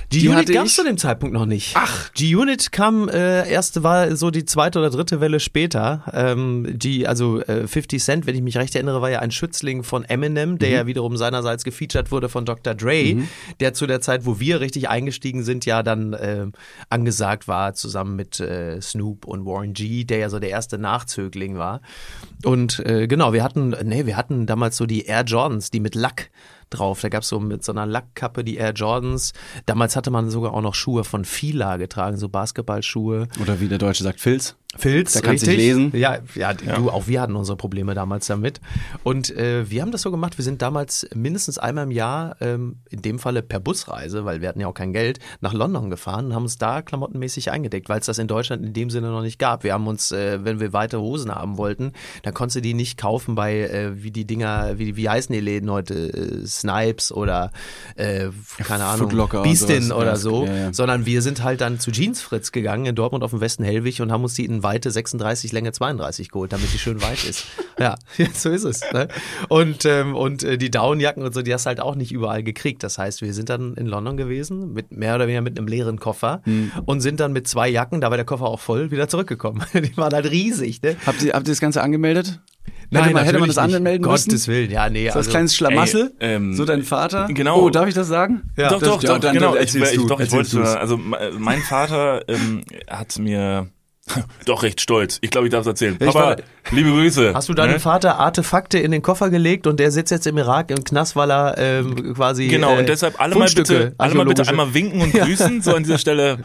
Speaker 1: G-Unit
Speaker 2: hatte
Speaker 1: gab es
Speaker 2: ich.
Speaker 1: zu dem Zeitpunkt noch nicht. Ach. G-Unit kam, äh, erste war so die zweite oder dritte Welle später. Ähm, die, also äh, 50 Cent, wenn ich mich recht erinnere, war ja ein Schützling von Eminem, der ja wiederum seinerseits gefeatured wurde von Dr. Dre, der zu der Zeit, wo wir richtig eingestiegen sind, ja dann ähm, angesagt war, zusammen mit äh, Snoop und Warren G., der ja so der erste Nachzögling war. Und äh, genau, wir hatten, nee, wir hatten damals so die Air Jordans, die mit Lack drauf. Da gab es so mit so einer Lackkappe die Air Jordans. Damals hatte man sogar auch noch Schuhe von Fila getragen, so Basketballschuhe.
Speaker 2: Oder wie der Deutsche sagt, Filz.
Speaker 1: Filz,
Speaker 2: Da kannst du
Speaker 1: richtig.
Speaker 2: dich lesen.
Speaker 1: Ja, ja, du, auch wir hatten unsere Probleme damals damit. Und äh, wir haben das so gemacht, wir sind damals mindestens einmal im Jahr, ähm, in dem Falle per Busreise, weil wir hatten ja auch kein Geld, nach London gefahren und haben uns da klamottenmäßig eingedeckt, weil es das in Deutschland in dem Sinne noch nicht gab. Wir haben uns, äh, wenn wir weite Hosen haben wollten, dann konntest du die nicht kaufen bei, äh, wie die Dinger, wie, wie heißen die Läden heute, äh, Snipes oder, äh, keine Ahnung,
Speaker 2: Footlocker und
Speaker 1: Beastin
Speaker 2: sowas.
Speaker 1: oder
Speaker 2: Ja,
Speaker 1: so,
Speaker 2: ja, ja.
Speaker 1: sondern wir sind halt dann zu Jeans Fritz gegangen in Dortmund auf dem Westen Hellwig und haben uns die in Weite 36, Länge 32 geholt, damit die schön weit
Speaker 2: [laughs]
Speaker 1: ist. Ja, [laughs] so ist es. Ne? Und, ähm, und äh, die Downjacken und so, die hast du halt auch nicht überall gekriegt. Das heißt, wir sind dann in London gewesen, mit mehr oder weniger mit einem leeren Koffer
Speaker 2: Hm.
Speaker 1: und sind dann mit zwei Jacken, da war der Koffer auch voll, wieder zurückgekommen. [laughs] Die waren halt riesig. Ne?
Speaker 2: Habt ihr, habt ihr das Ganze angemeldet? hätte man, hätte man
Speaker 1: natürlich
Speaker 2: das
Speaker 1: nicht.
Speaker 2: anmelden müssen?
Speaker 1: Gottes Willen, ja, nee. also
Speaker 2: So als kleines Schlamassel?
Speaker 3: Ey, ähm,
Speaker 2: so dein Vater?
Speaker 3: genau.
Speaker 2: Oh, darf ich das sagen?
Speaker 1: Ja.
Speaker 3: doch,
Speaker 2: das-
Speaker 3: doch,
Speaker 2: ja,
Speaker 3: doch,
Speaker 2: dann- dann
Speaker 3: genau. ich,
Speaker 2: erzählst
Speaker 3: ich,
Speaker 2: du,
Speaker 3: doch, ich
Speaker 2: erzählst
Speaker 3: wollte,
Speaker 2: du's.
Speaker 3: also me- mein Vater ähm, hat mir [laughs] doch recht stolz. Ich glaube, ich darf es erzählen.
Speaker 2: Ich
Speaker 3: Papa,
Speaker 2: war-
Speaker 3: liebe Grüße.
Speaker 1: Hast du deinem
Speaker 3: Ne?
Speaker 1: Vater Artefakte in den Koffer gelegt und der sitzt jetzt im Irak im Knast, weil er ähm, quasi.
Speaker 3: Genau,
Speaker 1: äh,
Speaker 3: und deshalb alle mal,
Speaker 1: Fundstücke
Speaker 3: bitte, alle mal bitte
Speaker 1: archäologische-
Speaker 3: einmal
Speaker 1: [laughs]
Speaker 3: winken und grüßen, so an dieser Stelle.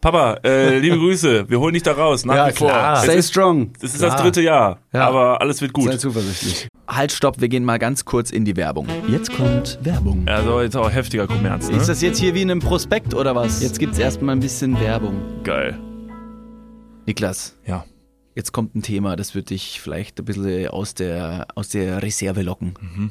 Speaker 3: Papa, äh, liebe Grüße, wir holen dich da raus, nach
Speaker 1: Ja,
Speaker 3: wie vor.
Speaker 1: klar.
Speaker 3: Es
Speaker 2: Stay
Speaker 3: ist,
Speaker 2: strong.
Speaker 3: es ist
Speaker 1: Klar.
Speaker 3: das dritte Jahr,
Speaker 1: Ja.
Speaker 3: aber alles wird
Speaker 2: Sei
Speaker 3: gut.
Speaker 2: zuversichtlich. Halt, stopp, wir gehen mal ganz kurz in die Werbung. Jetzt kommt Werbung.
Speaker 3: Also jetzt auch heftiger Kommerz, ne?
Speaker 2: Ist das jetzt hier wie in einem Prospekt oder was? Jetzt gibt's erstmal ein bisschen Werbung.
Speaker 3: geil?
Speaker 2: Niklas,
Speaker 3: Ja.
Speaker 2: jetzt kommt ein Thema, das wird dich vielleicht ein bisschen aus der, aus der Reserve locken.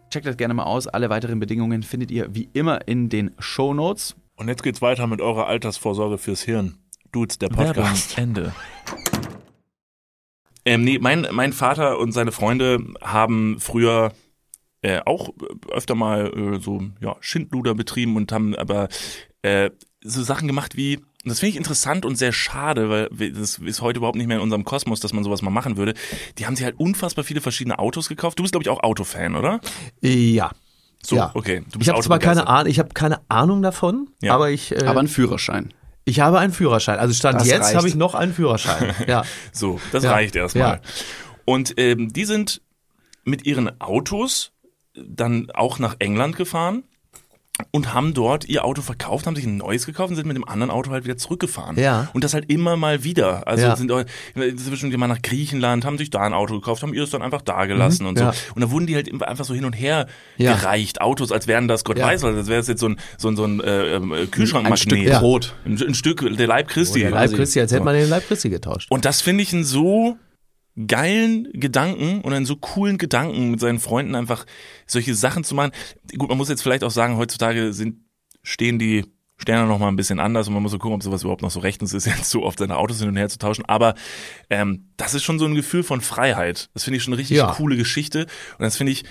Speaker 2: Checkt das gerne mal aus. Alle weiteren Bedingungen findet ihr wie immer in den Show Notes.
Speaker 3: Und jetzt geht's weiter mit eurer Altersvorsorge fürs Hirn. Dudes, der Podcast. Ende. Ähm, nee, mein, mein Vater und seine Freunde haben früher äh, auch öfter mal äh, so ja, Schindluder betrieben und haben aber äh, so Sachen gemacht wie, und das finde ich interessant und sehr schade, weil wir- das ist heute überhaupt nicht mehr in unserem Kosmos, dass man sowas mal machen würde. Die haben sich halt unfassbar viele verschiedene Autos gekauft. Du bist, glaube ich, auch Autofan, oder?
Speaker 1: Ja.
Speaker 3: So,
Speaker 1: ja.
Speaker 3: okay. Du bist
Speaker 1: Ich habe zwar keine
Speaker 3: autobegeistert.
Speaker 1: Ahnung, ich habe keine Ahnung davon,
Speaker 3: Ja.
Speaker 1: aber ich äh,
Speaker 2: Aber ein Führerschein.
Speaker 1: ich habe einen Führerschein. Also stand
Speaker 2: Das
Speaker 1: jetzt
Speaker 2: reicht.
Speaker 1: habe ich noch einen
Speaker 3: [laughs]
Speaker 1: Führerschein. Ja.
Speaker 3: So, das
Speaker 1: Ja.
Speaker 3: reicht erstmal.
Speaker 1: Ja.
Speaker 3: Und ähm, die sind mit ihren Autos dann auch nach England gefahren und haben dort ihr Auto verkauft, haben sich ein neues gekauft und sind mit dem anderen Auto halt wieder zurückgefahren.
Speaker 1: Ja.
Speaker 3: Und das halt immer mal wieder. Also
Speaker 1: Ja.
Speaker 3: sind auch inzwischen gehen mal nach Griechenland, haben sich da ein Auto gekauft, haben ihr es dann einfach da gelassen und so.
Speaker 1: Mhm. ja.
Speaker 3: Und da wurden die halt immer einfach so hin und her
Speaker 1: Ja.
Speaker 3: gereicht. Autos, als wären das Gott
Speaker 1: Ja.
Speaker 3: weiß, was, als wäre es jetzt so ein, so ein, so ein äh, äh,
Speaker 2: Ein
Speaker 3: Kühlschrankmagnet.
Speaker 2: Stück
Speaker 1: Ja.
Speaker 2: Brot.
Speaker 3: ein, ein Stück, der Leib Christi.
Speaker 1: Oh, Der
Speaker 3: Also,
Speaker 1: Leib
Speaker 3: quasi.
Speaker 1: Christi, als hätte
Speaker 3: So.
Speaker 1: man den Leib Christi getauscht.
Speaker 3: Und das finde ich einen so geilen Gedanken und einen so coolen Gedanken mit seinen Freunden einfach solche Sachen zu machen. Gut, man muss jetzt vielleicht auch sagen, heutzutage sind, stehen die Sterne noch mal ein bisschen anders und man muss so gucken, ob sowas überhaupt noch so rechtens ist, [laughs] jetzt so oft seine Autos hin und her zu tauschen. Aber ähm, das ist schon so ein Gefühl von Freiheit. Das finde ich schon eine richtig
Speaker 1: Ja.
Speaker 3: coole Geschichte. Und das finde ich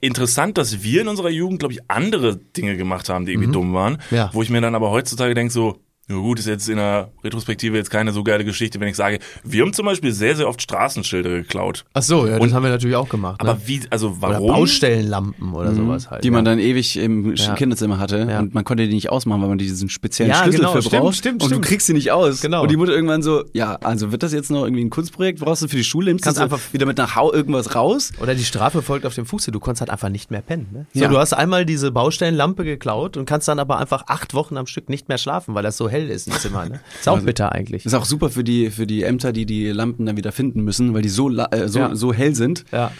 Speaker 3: interessant, dass wir in unserer Jugend, glaube ich, andere Dinge gemacht haben, die irgendwie dumm waren.
Speaker 1: Mhm. Ja.
Speaker 3: Wo ich mir dann aber heutzutage denke, so, na gut, ist jetzt in der Retrospektive jetzt keine so geile Geschichte, wenn ich sage, wir haben zum Beispiel sehr, sehr oft Straßenschilder geklaut.
Speaker 1: Ach so, ja, das
Speaker 3: Und-
Speaker 1: haben wir natürlich auch gemacht.
Speaker 3: Aber
Speaker 1: ne?
Speaker 3: wie, also
Speaker 1: oder
Speaker 3: warum?
Speaker 1: Baustellenlampen oder sowas halt.
Speaker 2: Mhm. Die man
Speaker 1: ja.
Speaker 2: dann ewig im Sch-
Speaker 1: Ja.
Speaker 2: Kinderzimmer hatte
Speaker 1: Ja.
Speaker 2: und man konnte die nicht ausmachen, weil man diesen speziellen
Speaker 1: Ja,
Speaker 2: Schlüssel
Speaker 1: genau,
Speaker 2: für
Speaker 1: stimmt,
Speaker 2: braucht.
Speaker 1: stimmt,
Speaker 2: und
Speaker 1: stimmt.
Speaker 2: du kriegst sie nicht aus.
Speaker 1: Genau.
Speaker 2: Und die Mutter irgendwann so, ja, also wird das jetzt noch irgendwie ein Kunstprojekt? Brauchst du für die Schule? Nimmst
Speaker 1: Kannst
Speaker 2: du so
Speaker 1: einfach-
Speaker 2: wieder mit nach Hau irgendwas raus?
Speaker 1: Oder die Strafe folgt auf dem Fuße. Du konntest halt einfach nicht mehr pennen. Ne? So,
Speaker 2: Ja.
Speaker 1: Du hast einmal diese Baustellenlampe geklaut und kannst dann aber einfach acht Wochen am Stück nicht mehr schlafen, weil das so hell ist im Zimmer. Ne? Ist auch bitter eigentlich.
Speaker 2: Ist auch super für die, für die Ämter, die die Lampen dann wieder finden müssen, weil die so, la- äh, so,
Speaker 1: Ja.
Speaker 2: so hell sind.
Speaker 1: Ja.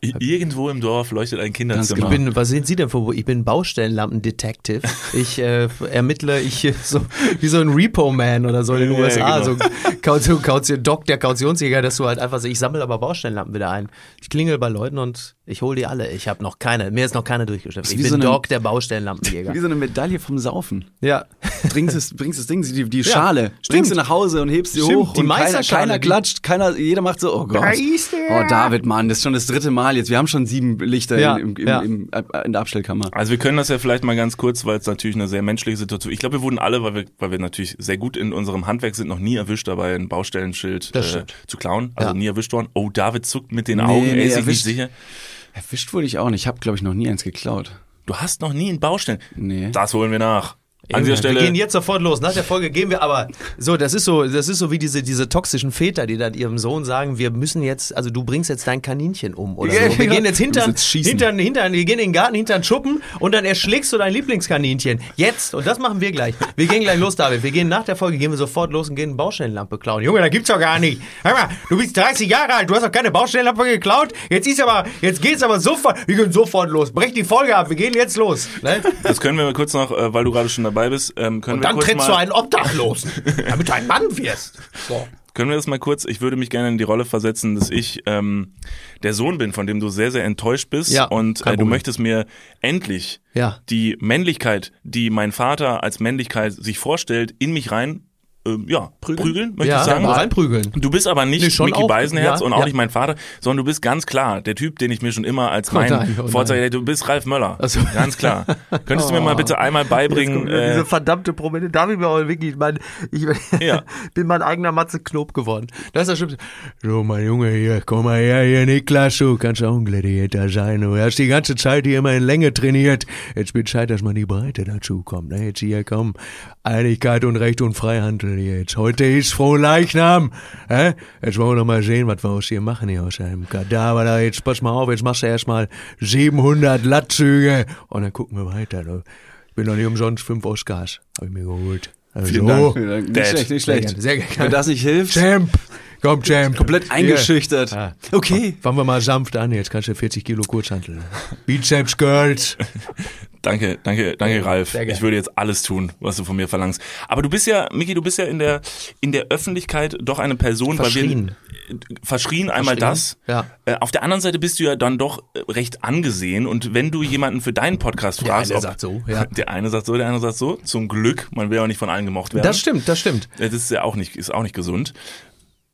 Speaker 3: Irgendwo im Dorf leuchtet ein Kinderzimmer.
Speaker 1: Ich bin, was sind Sie denn für? Ich bin Baustellenlampen-Detective. Ich äh, ermittle, ich äh, so wie so ein Repo-Man oder so in den
Speaker 3: Ja,
Speaker 1: USA, so
Speaker 3: genau.
Speaker 1: Kaution, Kaution, Doc, der Kautionsjäger, dass du halt einfach so, ich sammle aber Baustellenlampen wieder ein. Ich klingel bei Leuten und ich hole die alle. Ich habe noch keine, mir ist noch keine durchgeschleppt. Ich
Speaker 2: wie
Speaker 1: bin
Speaker 2: so eine-
Speaker 1: Doc, der Baustellenlampenjäger.
Speaker 2: [laughs] Wie so eine Medaille vom Saufen.
Speaker 1: Ja.
Speaker 2: Bringst das, bringst das Ding, die, die Schale,
Speaker 1: stimmt.
Speaker 2: bringst du nach Hause und hebst sie
Speaker 1: Stimmt,
Speaker 2: hoch
Speaker 1: die
Speaker 2: und keiner,
Speaker 1: Meisterschale,
Speaker 2: keiner
Speaker 1: die-
Speaker 2: klatscht, keiner, jeder macht so, oh Gott. Oh David, Mann, das ist schon das dritte Mal jetzt. Wir haben schon sieben Lichter
Speaker 1: Ja,
Speaker 2: in, im,
Speaker 1: ja.
Speaker 2: Im, äh, in der Abstellkammer.
Speaker 3: Also wir können das ja vielleicht mal ganz kurz, weil es natürlich eine sehr menschliche Situation ist. Ich glaube, wir wurden alle, weil wir, weil wir natürlich sehr gut in unserem Handwerk sind, noch nie erwischt dabei, ein Baustellenschild
Speaker 1: Das
Speaker 3: äh,
Speaker 1: stimmt.
Speaker 3: zu klauen. Also
Speaker 1: Ja.
Speaker 3: nie erwischt worden. Oh, David zuckt mit den Augen, er
Speaker 2: nee,
Speaker 3: ist sich
Speaker 2: erwischt.
Speaker 3: nicht sicher.
Speaker 2: Erwischt wurde ich auch nicht. Ich habe, glaube ich, noch nie eins geklaut.
Speaker 3: Du hast noch nie einen Baustellen.
Speaker 2: Nee.
Speaker 3: Das holen wir nach. An dieser Stelle.
Speaker 1: Wir gehen jetzt sofort los. Nach der Folge gehen wir aber. So, das ist so, das ist so wie diese, diese toxischen Väter, die dann ihrem Sohn sagen, wir müssen jetzt, also du bringst jetzt dein Kaninchen um oder
Speaker 2: Ja,
Speaker 1: so. Wir
Speaker 2: genau.
Speaker 1: gehen jetzt
Speaker 2: Wir
Speaker 1: hinter,
Speaker 2: müssen jetzt schießen.
Speaker 1: hinter, hinter, wir gehen in den Garten, hinter den Schuppen und dann erschlägst du dein Lieblingskaninchen. Jetzt. Und das machen wir gleich. Wir gehen gleich los, David. Wir gehen nach der Folge, gehen wir sofort los und gehen eine Baustellenlampe klauen. Junge, da gibt's doch gar nicht. Hör mal, du bist 30 Jahre alt, du hast doch keine Baustellenlampe geklaut. Jetzt ist aber, jetzt geht's aber sofort. Wir gehen sofort los. Brech die Folge ab, wir gehen jetzt los. Ne?
Speaker 3: Das können wir mal kurz noch, äh, weil du gerade schon dabei bist, ähm, können, wir
Speaker 1: Dann
Speaker 3: kurz
Speaker 1: trittst
Speaker 3: mal,
Speaker 1: du einen
Speaker 3: [laughs]
Speaker 1: Obdachlosen, damit du ein Mann wirst. So.
Speaker 3: können wir das mal kurz, ich würde mich gerne in die Rolle versetzen, dass ich ähm, der Sohn bin, von dem du sehr, sehr enttäuscht bist
Speaker 1: Ja,
Speaker 3: und
Speaker 1: kein
Speaker 3: äh, du
Speaker 1: Problem.
Speaker 3: möchtest mir endlich
Speaker 1: Ja.
Speaker 3: die Männlichkeit, die mein Vater als Männlichkeit sich vorstellt, in mich rein, äh, ja, prügeln, möchte ich sagen.
Speaker 1: reinprügeln.
Speaker 3: Du bist aber nicht
Speaker 1: Nee, schon
Speaker 3: Mickey
Speaker 1: auch.
Speaker 3: Beisenherz
Speaker 1: Ja,
Speaker 3: und auch
Speaker 1: ja.
Speaker 3: nicht mein Vater, sondern du bist ganz klar der Typ, den ich mir schon immer als
Speaker 1: Oh
Speaker 3: mein
Speaker 1: nein, oh nein.
Speaker 3: Vorzeige, du bist Ralf Möller.
Speaker 1: so. Oh.
Speaker 3: Ganz klar. Könntest du
Speaker 1: [laughs]
Speaker 3: mir mal bitte einmal beibringen, äh,
Speaker 1: diese verdammte Promille, darf ich mir auch wirklich, mein, ich
Speaker 3: Ja.
Speaker 1: bin mein eigener Matze Knob geworden. Das ist das Schlimmste. So, mein Junge hier, komm mal her, hier, Niklas, du kannst auch ein Gladiator sein. Du hast die ganze Zeit hier immer in Länge trainiert. Jetzt bin Zeit, dass man die Breite dazu kommt. Ne? Jetzt hier, komm, Einigkeit und Recht und Freihandel hier. jetzt. Heute ist Frohleichnam. Hä? Jetzt wollen wir doch mal sehen, was wir aus hier machen, hier aus einem Kadaver. Da, jetzt pass mal auf, jetzt machst du erstmal 700 Lattzüge. Und dann gucken wir weiter. Ne? Ich bin doch nicht umsonst fünf Oscars. Habe ich mir geholt. Also,
Speaker 2: Vielen Dank. Vielen Dank.
Speaker 3: Dad.
Speaker 2: Nicht schlecht, nicht
Speaker 1: Sehr
Speaker 2: schlecht.
Speaker 1: gerne, sehr gerne.
Speaker 2: Wenn das nicht hilft,
Speaker 1: Champ! Komm, Champ!
Speaker 2: komplett eingeschüchtert.
Speaker 1: Ja.
Speaker 2: Okay.
Speaker 1: Fangen wir mal sanft an, jetzt kannst du 40 Kilo Kurzhantel. Bizeps Girls.
Speaker 3: Danke, danke, danke, Ralf.
Speaker 1: Sehr gerne.
Speaker 3: Ich würde jetzt alles tun, was du von mir verlangst. Aber du bist ja, Miki, du bist ja in der, in der Öffentlichkeit doch eine Person,
Speaker 1: Verschrien.
Speaker 3: weil wir, äh, verschrien einmal
Speaker 1: Verschrien,
Speaker 3: das.
Speaker 1: ja.
Speaker 3: Äh, auf der anderen Seite bist du ja dann doch äh, recht angesehen und wenn du jemanden für deinen Podcast
Speaker 1: Der
Speaker 3: fragst,
Speaker 1: eine sagt so, ja.
Speaker 3: [laughs] der eine sagt so, der andere sagt so, zum Glück, man will ja auch nicht von allen gemocht werden.
Speaker 1: Das stimmt, das stimmt.
Speaker 3: Das ist ja auch nicht, ist auch nicht gesund.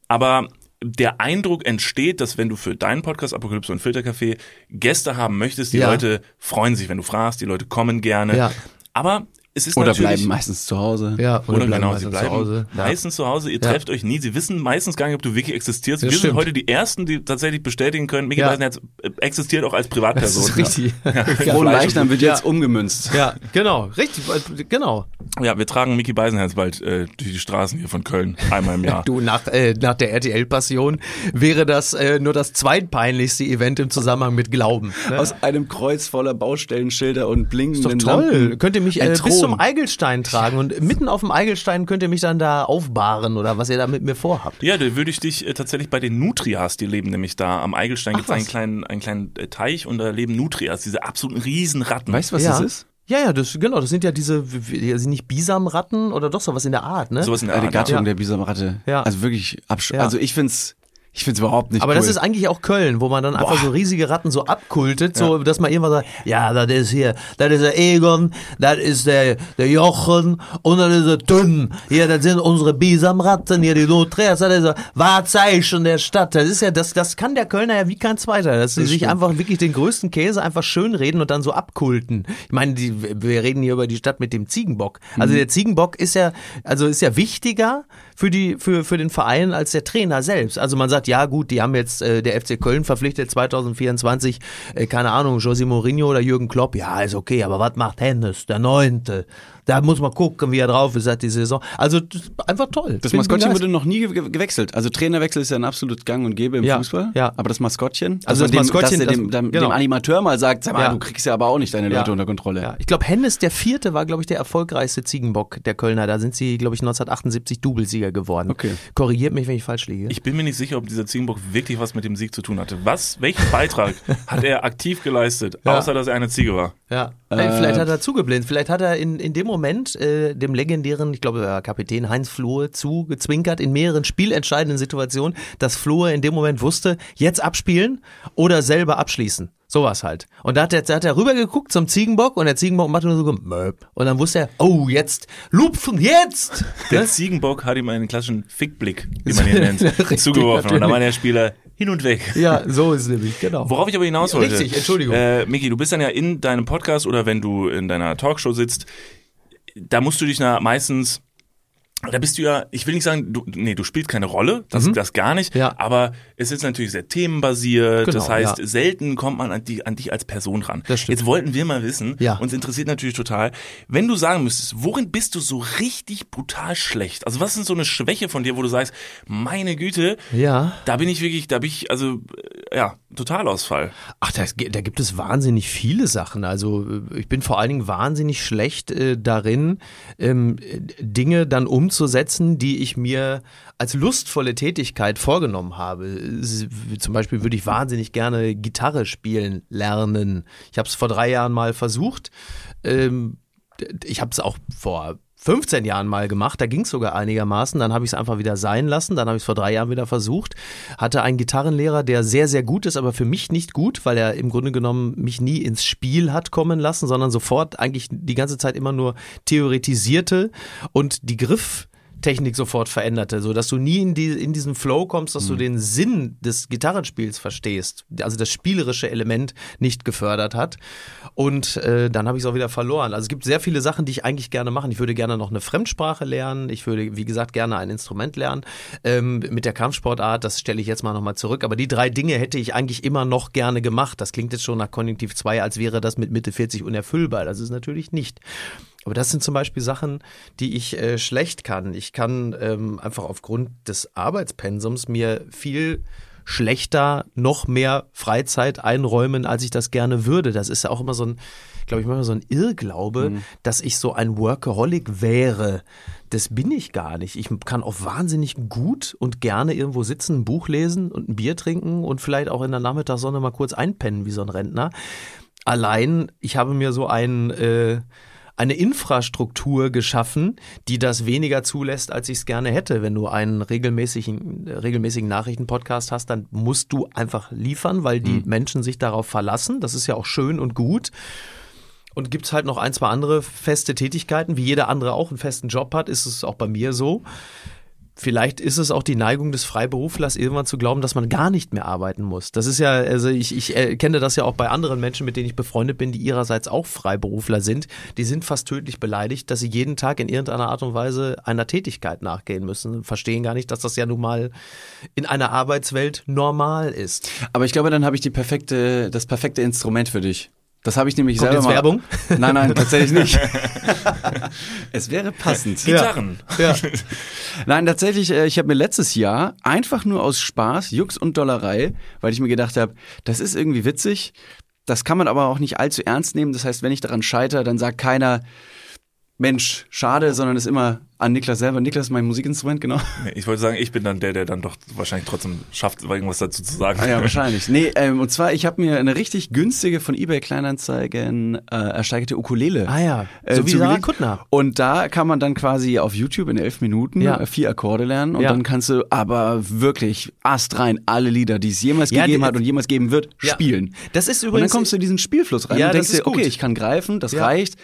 Speaker 3: Aber der Eindruck entsteht, dass wenn du für deinen Podcast Apokalypse und Filtercafé Gäste haben möchtest, die
Speaker 1: Ja.
Speaker 3: Leute freuen sich, wenn du fragst, die Leute kommen gerne.
Speaker 1: Ja.
Speaker 3: Aber es ist
Speaker 2: Oder
Speaker 3: natürlich,
Speaker 2: bleiben meistens zu Hause.
Speaker 1: Ja,
Speaker 3: Oder, genau,
Speaker 1: meistens
Speaker 3: sie bleiben
Speaker 1: zu Hause. Ja.
Speaker 3: meistens zu Hause. Ihr
Speaker 1: Ja.
Speaker 3: trefft euch nie. Sie wissen meistens gar nicht, ob du wirklich
Speaker 1: Das
Speaker 3: existierst. Wir sind
Speaker 1: stimmt.
Speaker 3: heute die Ersten, die tatsächlich bestätigen können, Mickey
Speaker 1: Ja.
Speaker 3: Beisenherz äh, existiert auch als
Speaker 1: Das
Speaker 3: Privatperson.
Speaker 1: ist richtig. [laughs]
Speaker 3: Ja.
Speaker 2: Frohen
Speaker 3: Fleisch-
Speaker 2: Leichnam wird
Speaker 1: Ja.
Speaker 2: jetzt umgemünzt.
Speaker 1: Ja, genau, richtig, genau.
Speaker 3: Ja, wir tragen Mickey Beisenherz bald äh, durch die Straßen hier von Köln
Speaker 1: [laughs]
Speaker 3: einmal im Jahr.
Speaker 1: Du, nach, äh, nach der RTL-Passion wäre das äh, nur das zweitpeinlichste Event im Zusammenhang mit Glauben. Ne?
Speaker 2: [laughs] Aus einem Kreuz voller Baustellenschilder und
Speaker 1: Ist doch
Speaker 2: blinkenden
Speaker 1: toll.
Speaker 2: Lampen.
Speaker 1: Könnt ihr mich
Speaker 2: Ein
Speaker 1: äh,
Speaker 2: Thron.
Speaker 1: bis zum Eigelstein tragen und mitten auf dem Eigelstein könnt ihr mich dann da aufbahren oder was ihr da mit mir vorhabt.
Speaker 3: Ja, da würde ich dich äh, tatsächlich bei den Nutrias, die leben nämlich da am Eigelstein, gibt's
Speaker 1: was.
Speaker 3: einen kleinen, einen kleinen äh, Teich und da leben Nutrias, diese absoluten Riesenratten.
Speaker 2: Weißt du, was
Speaker 1: ja.
Speaker 2: das ist?
Speaker 1: Ja, ja, das, genau, das sind ja diese, w- w- sind nicht Bisamratten oder doch sowas in der Art, ne?
Speaker 3: Sowas in der
Speaker 2: Eine
Speaker 3: Art, ja.
Speaker 2: Äh, Gattung
Speaker 1: Ja.
Speaker 2: der Bisamratte.
Speaker 1: Ja.
Speaker 2: Also wirklich absch
Speaker 1: Ja.
Speaker 2: Also ich find's, ich find's überhaupt nicht
Speaker 1: Aber
Speaker 2: cool.
Speaker 1: das ist eigentlich auch Köln, wo man dann einfach so riesige Ratten so abkultet, so dass man irgendwann sagt, ja, das ist hier, das ist der Egon, das ist der, der Jochen und das ist der Dünn. Hier, das sind unsere Bisamratten, hier die Notreas, das ist der Wahrzeichen der Stadt. Das ist ja, das, das kann der Kölner ja wie kein zweiter, dass sie sich einfach wirklich den größten Käse einfach schön reden und dann so abkulten. Ich meine, die, wir reden hier über die Stadt mit dem Ziegenbock.
Speaker 2: Mhm.
Speaker 1: Also der Ziegenbock ist ja, also ist ja wichtiger für die, für, für den Verein als der Trainer selbst. Also man sagt, ja gut, die haben jetzt, äh, der FC Köln verpflichtet 2024, äh, keine Ahnung, José Mourinho oder Jürgen Klopp. Ja, ist okay, aber was macht Hennes, der Neunte? Da muss man gucken, wie er drauf ist, hat die Saison. Also das ist einfach toll.
Speaker 2: Das
Speaker 1: Bin
Speaker 2: Maskottchen
Speaker 1: begeistert.
Speaker 2: wurde noch nie ge gewechselt. Also Trainerwechsel ist ja ein absolut Gang und Gäbe im
Speaker 1: Ja,
Speaker 2: Fußball.
Speaker 1: ja.
Speaker 2: Aber das Maskottchen,
Speaker 1: Also
Speaker 2: dass
Speaker 1: das
Speaker 2: man
Speaker 1: Maskottchen,
Speaker 2: dem, dass er dem,
Speaker 1: das-
Speaker 2: dem,
Speaker 1: genau.
Speaker 2: dem Animateur mal sagt, sag mal,
Speaker 1: Ja.
Speaker 2: du kriegst ja aber auch nicht deine Leute unter Kontrolle.
Speaker 1: Ja. Ich glaube, Hennes der Vierte war, glaube ich, der erfolgreichste Ziegenbock der Kölner. Da sind sie, glaube ich, 1978 Doublesieger geworden.
Speaker 2: Okay.
Speaker 1: Korrigiert mich, wenn ich falsch liege.
Speaker 3: Ich bin mir nicht sicher, ob dieser Ziegenbock wirklich was mit dem Sieg zu tun hatte. Was, welchen
Speaker 1: [laughs]
Speaker 3: Beitrag hat er aktiv geleistet,
Speaker 1: Ja.
Speaker 3: außer dass er eine Ziege war?
Speaker 1: ja. Ey, vielleicht hat er zugeblinzt. Vielleicht hat er in, in dem Moment äh, dem legendären, ich glaube, er war Kapitän Heinz Flohe zugezwinkert in mehreren spielentscheidenden Situationen, dass Flohe in dem Moment wusste, jetzt abspielen oder selber abschließen. Sowas halt. Und da hat er, da hat er rübergeguckt zum Ziegenbock und der Ziegenbock macht nur so gemöb. Und dann wusste er, oh, jetzt, lupfen, jetzt!
Speaker 3: Der Ziegenbock hat ihm einen klassischen Fickblick,
Speaker 1: [laughs]
Speaker 3: wie man ihn nennt,
Speaker 1: Richtig,
Speaker 3: zugeworfen. Und da
Speaker 1: natürlich.
Speaker 3: war der Spieler hin und weg.
Speaker 1: Ja, so ist es nämlich, genau.
Speaker 3: Worauf ich aber hinaus wollte.
Speaker 1: Richtig, Entschuldigung.
Speaker 3: Äh, Miki, du bist dann ja in deinem Podcast oder wenn du in deiner Talkshow sitzt, da musst du dich na meistens, da bist du ja, ich will nicht sagen, du, nee, du spielst keine Rolle, das, das gar nicht,
Speaker 1: Mhm. Ja.
Speaker 3: aber es ist natürlich sehr themenbasiert,
Speaker 1: Genau,
Speaker 3: das heißt,
Speaker 1: ja.
Speaker 3: selten kommt man an, die, an dich als Person ran.
Speaker 1: Das stimmt.
Speaker 3: Jetzt wollten wir mal wissen,
Speaker 1: Ja.
Speaker 3: uns interessiert natürlich total, wenn du sagen müsstest, worin bist du so richtig brutal schlecht? Also was ist so eine Schwäche von dir, wo du sagst, meine Güte,
Speaker 1: Ja.
Speaker 3: da bin ich wirklich, da bin ich, also, äh, ja, Totalausfall.
Speaker 1: Ach, da, da gibt es wahnsinnig viele Sachen. Also äh, ich bin vor allen Dingen wahnsinnig schlecht äh, darin, ähm, äh, Dinge dann umzusetzen, die ich mir als lustvolle Tätigkeit vorgenommen habe. S- wie Zum Beispiel würde ich wahnsinnig gerne Gitarre spielen lernen. Ich habe es vor drei Jahren mal versucht. Ähm, d- ich habe es auch vor 15 Jahren mal gemacht, da ging es sogar einigermaßen, dann habe ich es einfach wieder sein lassen, dann habe ich es vor drei Jahren wieder versucht, hatte einen Gitarrenlehrer, der sehr, sehr gut ist, aber für mich nicht gut, weil er im Grunde genommen mich nie ins Spiel hat kommen lassen, sondern sofort eigentlich die ganze Zeit immer nur theoretisierte und die Griff, Technik sofort veränderte, so dass du nie in, die, in diesen Flow kommst, dass du den Sinn des Gitarrenspiels verstehst, also das spielerische Element nicht gefördert hat. Und äh, dann habe ich es auch wieder verloren. Also es gibt sehr viele Sachen, die ich eigentlich gerne machen. Ich würde gerne noch eine Fremdsprache lernen. Ich würde, wie gesagt, gerne ein Instrument lernen. Ähm, mit der Kampfsportart, das stelle ich jetzt mal nochmal zurück. Aber die drei Dinge hätte ich eigentlich immer noch gerne gemacht. Das klingt jetzt schon nach Konjunktiv 2, als wäre das mit Mitte 40 unerfüllbar. Das ist natürlich nicht. Aber das sind zum Beispiel Sachen, die ich äh, schlecht kann. Ich kann ähm, einfach aufgrund des Arbeitspensums mir viel schlechter noch mehr Freizeit einräumen, als ich das gerne würde. Das ist ja auch immer so ein, glaube ich, manchmal so ein Irrglaube, dass ich so ein Workaholic wäre. Das bin ich gar nicht. Ich kann auch wahnsinnig gut und gerne irgendwo sitzen, ein Buch lesen und ein Bier trinken und vielleicht auch in der Nachmittagssonne mal kurz einpennen wie so ein Rentner allein, ich habe mir so ein, äh, eine Infrastruktur geschaffen, die das weniger zulässt, als ich es gerne hätte. Wenn du einen regelmäßigen, äh, regelmäßigen Nachrichtenpodcast hast, dann musst du einfach liefern, weil die Menschen sich darauf verlassen. Das ist ja auch schön und gut. Und gibt's halt noch ein, zwei andere feste Tätigkeiten, wie jeder andere auch einen festen Job hat, ist es auch bei mir so Vielleicht ist es auch die Neigung des Freiberuflers, irgendwann zu glauben, dass man gar nicht mehr arbeiten muss. Das ist ja, also ich, ich äh, kenne das ja auch bei anderen Menschen, mit denen ich befreundet bin, die ihrerseits auch Freiberufler sind. Die sind fast tödlich beleidigt, dass sie jeden Tag in irgendeiner Art und Weise einer Tätigkeit nachgehen müssen. Verstehen gar nicht, dass das ja nun mal in einer Arbeitswelt normal ist.
Speaker 2: Aber ich glaube, dann habe ich die perfekte, das perfekte Instrument für dich. Das habe ich nämlich
Speaker 1: Kommt
Speaker 2: selber
Speaker 1: jetzt
Speaker 2: mal.
Speaker 1: Werbung?
Speaker 2: Nein, nein,
Speaker 1: [laughs]
Speaker 2: tatsächlich nicht. es wäre passend.
Speaker 1: Genau.
Speaker 3: Gitarren.
Speaker 1: Ja.
Speaker 2: Nein, tatsächlich, äh, ich habe mir letztes Jahr einfach nur aus Spaß, Jux und Dollerei, weil ich mir gedacht habe, das ist irgendwie witzig, das kann man aber auch nicht allzu ernst nehmen. Das heißt, wenn ich daran scheitere, dann sagt keiner, Mensch, schade, sondern ist immer an Niklas selber. Niklas ist mein Musikinstrument, genau.
Speaker 3: Ich wollte sagen, ich bin dann der, der dann doch wahrscheinlich trotzdem schafft, irgendwas dazu zu sagen.
Speaker 2: Ah ja, wahrscheinlich. Nee, ähm, und zwar, ich habe mir eine richtig günstige von eBay Kleinanzeigen äh, ersteigerte Ukulele.
Speaker 1: Ah ja,
Speaker 2: äh,
Speaker 1: so wie
Speaker 2: zugelegt.
Speaker 1: Sarah Kuttner.
Speaker 2: Und da kann man dann quasi auf YouTube in elf Minuten
Speaker 1: Ja.
Speaker 2: äh, vier Akkorde lernen und
Speaker 1: Ja.
Speaker 2: dann kannst du aber wirklich astrein alle Lieder, die es jemals
Speaker 1: Ja,
Speaker 2: gegeben
Speaker 1: die-
Speaker 2: hat und jemals geben wird,
Speaker 1: Ja.
Speaker 2: spielen.
Speaker 1: Das ist
Speaker 2: Und dann
Speaker 1: übrigens.
Speaker 2: kommst du in diesen Spielfluss rein
Speaker 1: Ja,
Speaker 2: und
Speaker 1: das
Speaker 2: denkst
Speaker 1: ist
Speaker 2: dir, okay,
Speaker 1: gut.
Speaker 2: ich kann greifen, das
Speaker 1: Ja.
Speaker 2: reicht,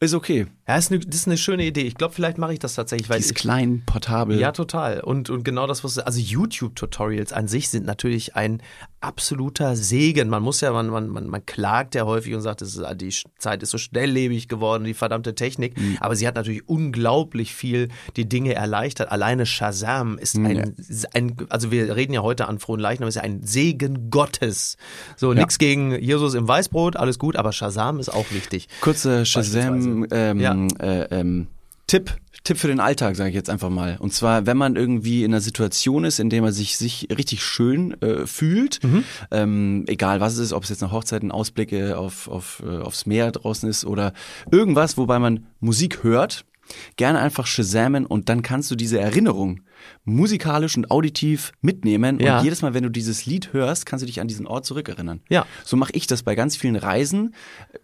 Speaker 2: ist okay.
Speaker 1: ja, ist eine, das ist eine schöne Idee. Ich glaube, vielleicht mache ich das tatsächlich, weil
Speaker 2: Ist
Speaker 1: ich,
Speaker 2: klein, portabel.
Speaker 1: Ja, total. Und, und genau das, was. Also, YouTube-Tutorials an sich sind natürlich ein absoluter Segen. Man muss ja, man, man, man, man klagt ja häufig und sagt, es ist, die Sch- Zeit ist so schnelllebig geworden, die verdammte Technik. Aber sie hat natürlich unglaublich viel die Dinge erleichtert. Alleine Shazam ist ein, ein. Also, wir reden ja heute an Frohen Leichnam, ist ja ein Segen Gottes. So, nix gegen Jesus im Weißbrot, alles gut, aber Shazam ist auch wichtig.
Speaker 2: Kurzer Shazam ähm,
Speaker 1: also. Ja.
Speaker 2: äh, ähm, Tipp, Tipp für den Alltag, sage ich jetzt einfach mal. Und zwar, wenn man irgendwie in einer Situation ist, in der man sich, sich richtig schön äh, fühlt,
Speaker 1: Mhm.
Speaker 2: ähm, egal was es ist, ob es jetzt eine Hochzeit, ein Ausblick äh, auf, auf, äh, aufs Meer draußen ist oder irgendwas, wobei man Musik hört, gerne einfach Shazamen und dann kannst du diese Erinnerung musikalisch und auditiv mitnehmen
Speaker 1: Ja.
Speaker 2: und jedes Mal, wenn du dieses Lied hörst, kannst du dich an diesen Ort zurückerinnern.
Speaker 1: Ja.
Speaker 2: So mache ich das bei ganz vielen Reisen.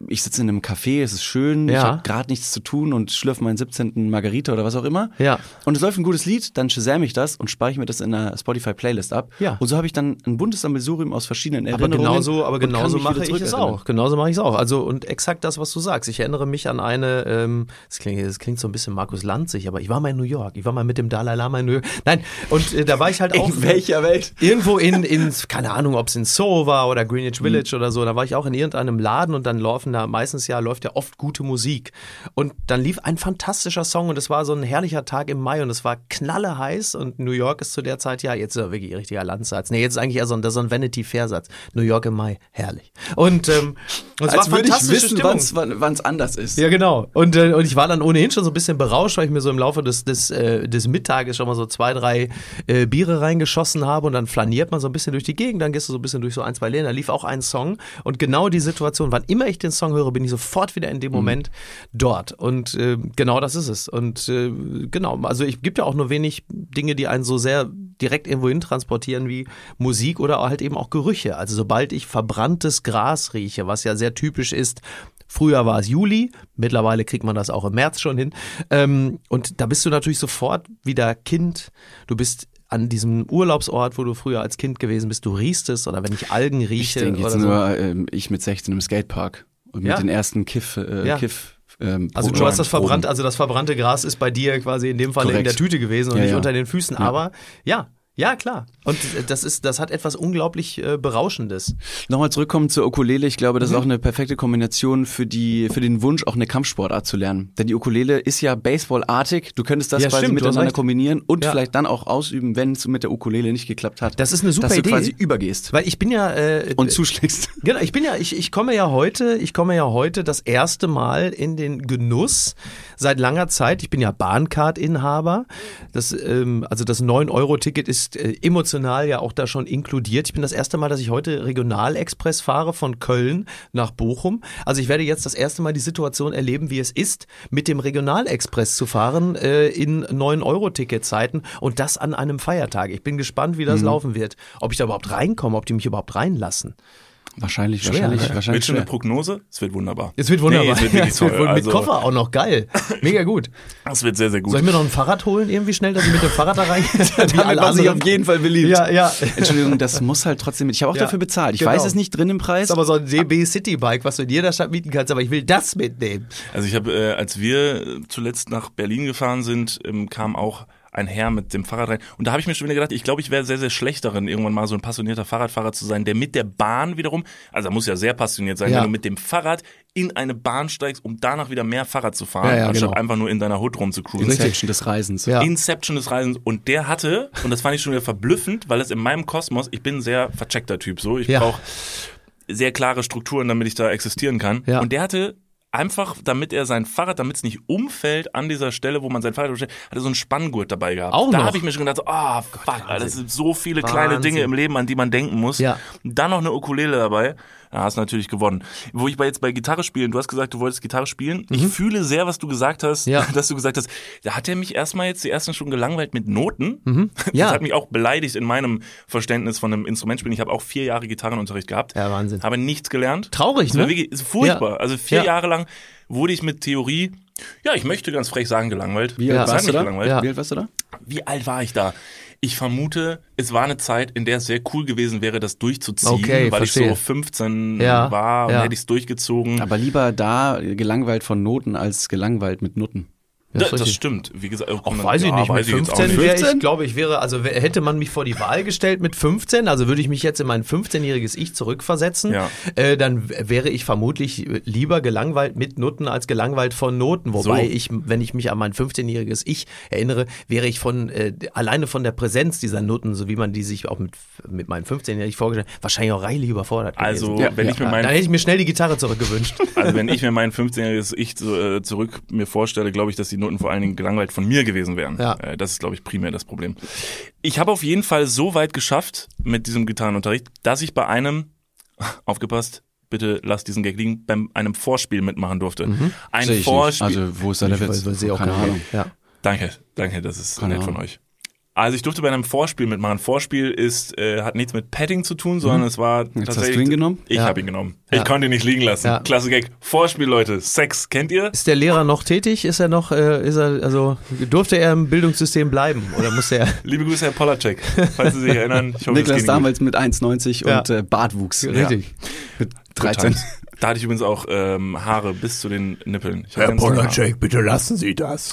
Speaker 2: Ich sitze in einem Café, es ist schön, ich
Speaker 1: Ja.
Speaker 2: habe gerade nichts zu tun und schlürfe meinen 17. Margarita oder was auch immer.
Speaker 1: Ja.
Speaker 2: Und es läuft ein gutes Lied, dann shazam ich das und speichere mir das in einer Spotify-Playlist ab.
Speaker 1: Ja.
Speaker 2: Und so habe ich dann ein buntes Sammelsurium aus verschiedenen
Speaker 1: Aber
Speaker 2: Erinnerungen.
Speaker 1: genauso, aber
Speaker 2: und kann
Speaker 1: genauso
Speaker 2: mich wieder
Speaker 1: mache ich es
Speaker 2: zurückerinnern.
Speaker 1: auch. Genauso mache ich es auch. Also und exakt das, was du sagst. Ich erinnere mich an eine, ähm, das, klingt, das klingt so ein bisschen Markus Lanzig, aber ich war mal in New York. Ich war mal mit dem Dalai Lama in New York. Nein, und äh, da war ich halt auch.
Speaker 2: [laughs] In welcher Welt?
Speaker 1: Irgendwo in, in, keine Ahnung, ob es in Soho war oder
Speaker 2: Mhm.
Speaker 1: Greenwich Village oder so, da war ich auch in irgendeinem Laden und dann laufen da meistens ja, läuft ja oft gute Musik. Und dann lief ein fantastischer Song und es war so ein herrlicher Tag im Mai und es war knalleheiß und New York ist zu der Zeit, ja, jetzt ist er wirklich ein richtiger Landsatz. Nee, jetzt ist eigentlich eher so ein, das ist so ein Vanity Fair Satz. New York im Mai, herrlich. Und, ähm, und es
Speaker 2: Als
Speaker 1: war
Speaker 2: würde ich
Speaker 1: fantastische
Speaker 2: wissen,
Speaker 1: Stimmung.
Speaker 2: wann's- wann es anders ist.
Speaker 1: Ja, genau. Und, äh, und ich war dann ohnehin schon so ein bisschen berauscht, weil ich mir so im Laufe des, des, äh, des Mittages schon mal so zwei, drei äh, Biere reingeschossen habe und dann flaniert man so ein bisschen durch die Gegend, dann gehst du so ein bisschen durch so ein, zwei Läden, da lief auch ein Song und genau die Situation, wann immer ich den Song höre, bin ich sofort wieder in dem Moment dort. Und äh, genau das ist es. Und äh, genau, also es gibt ja auch nur wenig Dinge, die einen so sehr direkt irgendwo hin transportieren wie Musik oder halt eben auch Gerüche. Also sobald ich verbranntes Gras rieche, was ja sehr typisch ist, Früher war es Juli, mittlerweile kriegt man das auch im März schon hin. Ähm, und da bist du natürlich sofort wieder Kind. Du bist an diesem Urlaubsort, wo du früher als Kind gewesen bist, du riechst es oder wenn ich Algen
Speaker 2: Ich
Speaker 1: rieche
Speaker 2: denke
Speaker 1: oder
Speaker 2: jetzt
Speaker 1: so.
Speaker 2: nur, ähm, ich mit 16 im Skatepark und mit
Speaker 1: Ja.
Speaker 2: den ersten Kiff, äh,
Speaker 1: Ja.
Speaker 2: Kiff ähm,
Speaker 1: also du
Speaker 2: Proben.
Speaker 1: hast das verbrannt, also das verbrannte Gras ist bei dir quasi in dem Fall in
Speaker 2: Korrekt.
Speaker 1: der Tüte gewesen und
Speaker 2: Ja,
Speaker 1: nicht
Speaker 2: ja.
Speaker 1: unter den Füßen. Aber ja, ja klar. Und das ist, das hat etwas unglaublich äh, berauschendes.
Speaker 2: Nochmal zurückkommen zur Ukulele. Ich glaube,
Speaker 1: Mhm.
Speaker 2: das ist auch eine perfekte Kombination für die für den Wunsch, auch eine Kampfsportart zu lernen. Denn die Ukulele ist ja Baseballartig. Du könntest das
Speaker 1: Ja,
Speaker 2: quasi
Speaker 1: stimmt, du hast
Speaker 2: miteinander
Speaker 1: recht.
Speaker 2: kombinieren und
Speaker 1: Ja.
Speaker 2: vielleicht dann auch ausüben, wenn es mit der Ukulele nicht geklappt hat.
Speaker 1: Das ist eine super
Speaker 2: dass du
Speaker 1: Idee.
Speaker 2: quasi übergehst
Speaker 1: Weil ich bin ja äh,
Speaker 2: und zuschlägst.
Speaker 1: Genau, ich bin ja, ich, ich komme ja heute, ich komme ja heute das erste Mal in den Genuss seit langer Zeit. Ich bin ja Bahncard-Inhaber. Das, ähm, also das 9-Euro-Ticket ist äh, emotional ja auch da schon inkludiert. Ich bin das erste Mal, dass ich heute Regionalexpress fahre von Köln nach Bochum. Also ich werde jetzt das erste Mal die Situation erleben, wie es ist, mit dem Regionalexpress zu fahren äh, in 9-Euro-Ticket-Zeiten und das an einem Feiertag. Ich bin gespannt, wie das laufen wird. Ob ich da überhaupt reinkomme, ob die mich überhaupt reinlassen.
Speaker 2: Wahrscheinlich,
Speaker 1: Schwer,
Speaker 2: wahrscheinlich,
Speaker 1: ne?
Speaker 2: wahrscheinlich.
Speaker 3: Willst du eine
Speaker 2: Schwer.
Speaker 3: Prognose? Es wird wunderbar.
Speaker 1: Es wird wunderbar.
Speaker 3: Nee, es wird wirklich
Speaker 1: [laughs] Es wird
Speaker 3: toll.
Speaker 1: wohl mit
Speaker 3: also,
Speaker 1: Koffer auch noch geil. Mega gut.
Speaker 3: Es wird sehr, sehr gut.
Speaker 1: Soll ich mir noch ein Fahrrad holen, irgendwie schnell, dass ich mit dem Fahrrad da rein? Wie
Speaker 2: Damit
Speaker 1: alle
Speaker 2: war sich
Speaker 1: anderen?
Speaker 2: auf jeden Fall beliebt.
Speaker 1: Ja, ja.
Speaker 2: Entschuldigung, das muss halt trotzdem mit. Ich habe auch
Speaker 1: Ja,
Speaker 2: dafür bezahlt. Ich
Speaker 1: genau.
Speaker 2: weiß es nicht drin im Preis.
Speaker 1: Ist aber so ein DB City Bike, was du in jeder Stadt mieten kannst, aber ich will das mitnehmen.
Speaker 3: Also ich habe, äh, als wir äh, zuletzt nach Berlin gefahren sind, ähm, kam auch ein Herr mit dem Fahrrad rein. Und da habe ich mir schon wieder gedacht, ich glaube, ich wäre sehr, sehr schlecht darin, irgendwann mal so ein passionierter Fahrradfahrer zu sein, der mit der Bahn wiederum, also er muss ja sehr passioniert sein,
Speaker 1: Ja.
Speaker 3: wenn du mit dem Fahrrad in eine Bahn steigst, um danach wieder mehr Fahrrad zu fahren,
Speaker 1: Ja, ja,
Speaker 3: anstatt
Speaker 1: genau.
Speaker 3: einfach nur in deiner Hood rumzucruisen.
Speaker 1: Richtig.
Speaker 2: Inception des Reisens.
Speaker 1: Ja.
Speaker 3: Inception des Reisens und der hatte, und das fand ich schon wieder verblüffend, weil es in meinem Kosmos, ich bin ein sehr vercheckter Typ, so, ich
Speaker 1: Ja.
Speaker 3: brauche sehr klare Strukturen, damit ich da existieren kann.
Speaker 1: Ja.
Speaker 3: Und der hatte einfach, damit er sein Fahrrad, damit es nicht umfällt an dieser Stelle, wo man sein Fahrrad bestellt, hatte so einen Spanngurt dabei gehabt.
Speaker 1: Auch
Speaker 3: da
Speaker 1: noch?
Speaker 3: habe ich mir schon gedacht, ah, fuck, Alter, das sind so viele kleine
Speaker 1: Wahnsinn.
Speaker 3: Dinge im Leben, an die man denken muss.
Speaker 1: Ja.
Speaker 3: Und dann noch eine Ukulele dabei. Da hast du natürlich gewonnen. Wo ich bei jetzt bei Gitarre spielen, du hast gesagt, du wolltest Gitarre spielen. Ich fühle sehr, was du gesagt hast,
Speaker 1: Mhm. Ja.
Speaker 3: [laughs] dass du gesagt hast, da hat er mich erstmal jetzt die ersten Stunden gelangweilt mit Noten.
Speaker 1: Mhm. Ja.
Speaker 3: [laughs] Das hat mich auch beleidigt in meinem Verständnis von einem Instrumentspielen. Ich habe auch vier Jahre Gitarrenunterricht gehabt.
Speaker 1: Ja, Wahnsinn.
Speaker 3: Habe nichts gelernt.
Speaker 1: Traurig,
Speaker 3: Das war
Speaker 1: ne?
Speaker 3: wirklich ist furchtbar.
Speaker 1: Ja.
Speaker 3: Also vier
Speaker 1: Ja.
Speaker 3: Jahre lang wurde ich mit Theorie, ja, ich möchte ganz frech sagen, gelangweilt.
Speaker 2: Wie alt
Speaker 1: Ja.
Speaker 3: Das hat
Speaker 2: warst du
Speaker 3: mich
Speaker 2: da?
Speaker 3: gelangweilt.
Speaker 1: Ja.
Speaker 2: Wie alt warst du da?
Speaker 3: Wie alt war ich da? Ich vermute, es war eine Zeit, in der es sehr cool gewesen wäre, das durchzuziehen,
Speaker 1: Okay,
Speaker 3: weil ich
Speaker 1: verstehe.
Speaker 3: so 15
Speaker 1: Ja,
Speaker 3: war und
Speaker 1: ja.
Speaker 3: hätte ich es
Speaker 1: Mhm.
Speaker 3: durchgezogen.
Speaker 2: Aber lieber da gelangweilt von Noten als gelangweilt mit Nutten.
Speaker 1: Ja,
Speaker 3: das,
Speaker 1: ist
Speaker 3: das
Speaker 1: richtig.
Speaker 3: stimmt. Wie gesagt, oh,
Speaker 1: Ach, weiß ich
Speaker 3: ja,
Speaker 1: nicht. Mit
Speaker 3: weiß ich jetzt auch
Speaker 1: 15
Speaker 3: nicht.
Speaker 1: wäre ich,
Speaker 2: 15?
Speaker 1: glaube ich, wäre, also wär- hätte man mich vor die Wahl gestellt mit 15, also würde ich mich jetzt in mein 15-jähriges Ich zurückversetzen,
Speaker 3: Ja.
Speaker 1: äh, dann w- wäre ich vermutlich lieber gelangweilt mit Noten als gelangweilt von Noten. Wobei
Speaker 3: So.
Speaker 1: ich, wenn ich mich an mein 15-jähriges Ich erinnere, wäre ich von äh, alleine von der Präsenz dieser Noten, so wie man die sich auch mit, mit meinem 15-jährigen vorgestellt hat, wahrscheinlich auch reichlich überfordert gewesen.
Speaker 3: Also,
Speaker 2: Ja,
Speaker 3: wenn
Speaker 2: ja.
Speaker 3: ich mir
Speaker 1: dann
Speaker 3: meinen
Speaker 1: hätte ich mir schnell die Gitarre zurückgewünscht.
Speaker 3: Also wenn ich mir mein 15-jähriges Ich so, äh, zurück mir vorstelle, glaube ich, dass die Noten vor allen Dingen gelangweilt von mir gewesen wären.
Speaker 1: Ja.
Speaker 3: Äh, das ist, glaube ich, primär das Problem. Ich habe auf jeden Fall so weit geschafft mit diesem Gitarrenunterricht, dass ich bei einem, [laughs] aufgepasst, bitte lass diesen Gag liegen, bei einem Vorspiel mitmachen durfte. Ein
Speaker 2: Mhm. Sehe ich nicht.
Speaker 3: Vorspiel.
Speaker 2: Also wo ist da der
Speaker 1: Weil-
Speaker 2: Witz?
Speaker 1: weil sie auch
Speaker 2: Keine Ahnung.
Speaker 1: Ja.
Speaker 3: danke, danke, das ist
Speaker 2: Keine
Speaker 3: nett von
Speaker 2: Ahnung.
Speaker 3: euch. Also ich durfte bei einem Vorspiel mitmachen. Vorspiel ist äh, hat nichts mit Padding zu tun, sondern es war
Speaker 2: Mhm. hast
Speaker 3: tatsächlich.
Speaker 2: du ihn genommen?
Speaker 3: Ich
Speaker 1: Ja.
Speaker 3: habe ihn genommen.
Speaker 1: Ja.
Speaker 3: Ich konnte ihn nicht liegen lassen.
Speaker 1: Ja.
Speaker 3: Klasse Gag. Vorspiel, Leute. Sex kennt ihr?
Speaker 1: Ist der Lehrer noch tätig? Ist er noch, äh, ist er, also durfte er im Bildungssystem bleiben oder musste er?
Speaker 3: Liebe Grüße, Herr Polacek,
Speaker 1: [laughs]
Speaker 3: falls Sie sich erinnern. Ich hoffe, es
Speaker 2: Niklas
Speaker 3: geht Ihnen gut.
Speaker 2: damals mit 1,90
Speaker 1: Ja.
Speaker 2: und äh, Bartwuchs.
Speaker 1: Richtig.
Speaker 2: Mit 13.
Speaker 3: Da hatte ich übrigens auch ähm, Haare bis zu den Nippeln. Ich Herr
Speaker 4: bitte lassen Sie das.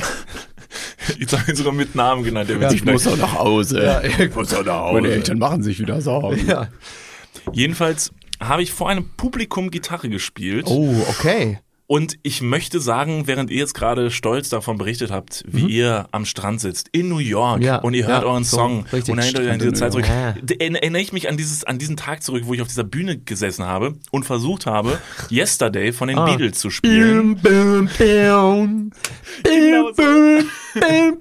Speaker 3: Ich habe ihn sogar mit Namen genannt. Der wird sich vielleicht-
Speaker 4: auch nach Hause. ich muss auch nach Hause. Meine Eltern machen sich wieder Sorgen.
Speaker 1: [laughs] Ja.
Speaker 3: Jedenfalls habe ich vor einem Publikum Gitarre gespielt.
Speaker 1: Oh, okay.
Speaker 3: Und ich möchte sagen, während ihr jetzt gerade stolz davon berichtet habt, wie ihr am Strand sitzt in New York
Speaker 1: Mhm. Ja,
Speaker 3: und ihr hört
Speaker 1: ja,
Speaker 3: euren
Speaker 1: so,
Speaker 3: Song
Speaker 1: richtig.
Speaker 3: und erinnert euch an diese Zeit zurück,
Speaker 1: Ja.
Speaker 3: d- erinnere ich mich an, dieses, an diesen Tag zurück, wo ich auf dieser Bühne gesessen habe und versucht habe, Yesterday von
Speaker 1: Ah.
Speaker 3: den Beatles zu spielen.
Speaker 1: Bim, bim, bim.
Speaker 3: Genau so.
Speaker 1: bim, bim, bim,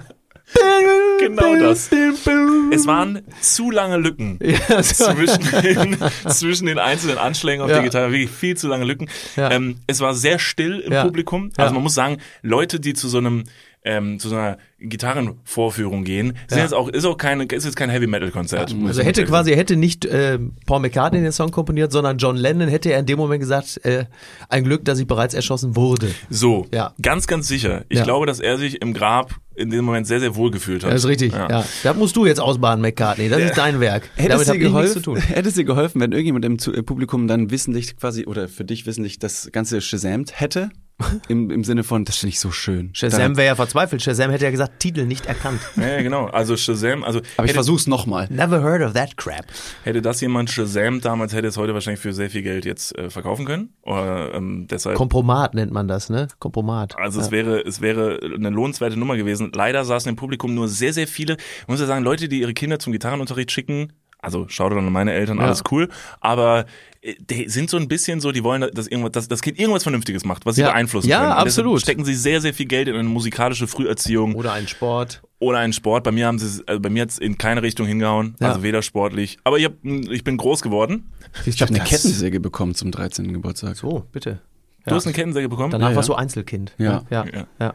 Speaker 3: Genau
Speaker 1: bim,
Speaker 3: das.
Speaker 1: Bim, bim.
Speaker 3: Es waren zu lange Lücken
Speaker 1: Mhm. [laughs] Ja, so.
Speaker 3: zwischen, den, zwischen den einzelnen Anschlägen auf
Speaker 1: Ja.
Speaker 3: der Gitarre. Wirklich viel zu lange Lücken.
Speaker 1: Ja.
Speaker 3: Ähm, es war sehr still im
Speaker 1: Ja.
Speaker 3: Publikum. Also
Speaker 1: Ja.
Speaker 3: man muss sagen, Leute, die zu so einem ähm, zu so einer Gitarrenvorführung gehen, sind
Speaker 1: Ja.
Speaker 3: jetzt auch, ist auch keine, ist jetzt kein Heavy Metal Konzert.
Speaker 1: Also hätte quasi, hätte nicht äh, Paul McCartney den Song komponiert, sondern John Lennon hätte er in dem Moment gesagt, äh, ein Glück, dass ich bereits erschossen wurde.
Speaker 3: So,
Speaker 1: Ja.
Speaker 3: ganz, ganz sicher. Ich
Speaker 1: Ja.
Speaker 3: glaube, dass er sich im Grab in dem Moment sehr, sehr wohl gefühlt hat.
Speaker 1: Das ist richtig, ja. Das musst du jetzt ausbaden, McCartney. Das ist dein Werk. Damit
Speaker 2: Hättest dir,
Speaker 1: hab ich nichts
Speaker 2: geholfen,
Speaker 1: zu tun.
Speaker 2: hättest dir geholfen, wenn irgendjemand im Zu- äh, Publikum dann wissentlich quasi oder für dich wissentlich das Ganze shazamt hätte? Im, im Sinne von, das finde ich so schön.
Speaker 1: Shazam wäre ja verzweifelt. Shazam hätte ja gesagt, Titel nicht erkannt.
Speaker 3: Ja, genau. Also Shazam, also
Speaker 2: Aber ich
Speaker 3: hätte,
Speaker 2: versuch's nochmal.
Speaker 1: Never heard of that crap.
Speaker 3: hätte das jemand Shazam damals, hätte es heute wahrscheinlich für sehr viel Geld jetzt äh, verkaufen können. Oder, ähm, deshalb
Speaker 1: Kompromat nennt man das, ne? Kompromat.
Speaker 3: Also es wäre, es wäre eine lohnenswerte Nummer gewesen. Leider saßen im Publikum nur sehr, sehr viele, ich muss ja sagen, Leute, die ihre Kinder zum Gitarrenunterricht schicken. Also schaut dann an meine Eltern, alles cool. Aber äh, die sind so ein bisschen so, die wollen, dass irgendwas, dass das Kind irgendwas Vernünftiges macht, was sie
Speaker 1: Ja.
Speaker 3: beeinflussen
Speaker 1: Ja,
Speaker 3: können. Und deshalb
Speaker 1: absolut.
Speaker 3: Stecken sie sehr, sehr viel Geld in eine musikalische Früherziehung
Speaker 1: Oder ein Sport.
Speaker 3: oder einen Sport. Bei mir haben sie, es- also bei mir hat's in keine Richtung hingehauen.
Speaker 1: Ja.
Speaker 3: Also weder sportlich. Aber ich, hab, hm, ich bin groß geworden.
Speaker 2: Ich habe eine Kettensäge bekommen zum 13. Geburtstag.
Speaker 1: So, bitte.
Speaker 3: Du hast eine Kettensäge bekommen.
Speaker 1: Danach
Speaker 2: Ja,
Speaker 1: warst
Speaker 2: ja.
Speaker 1: du Einzelkind.
Speaker 2: Ja.
Speaker 1: Ja.
Speaker 3: Ja.
Speaker 1: ja.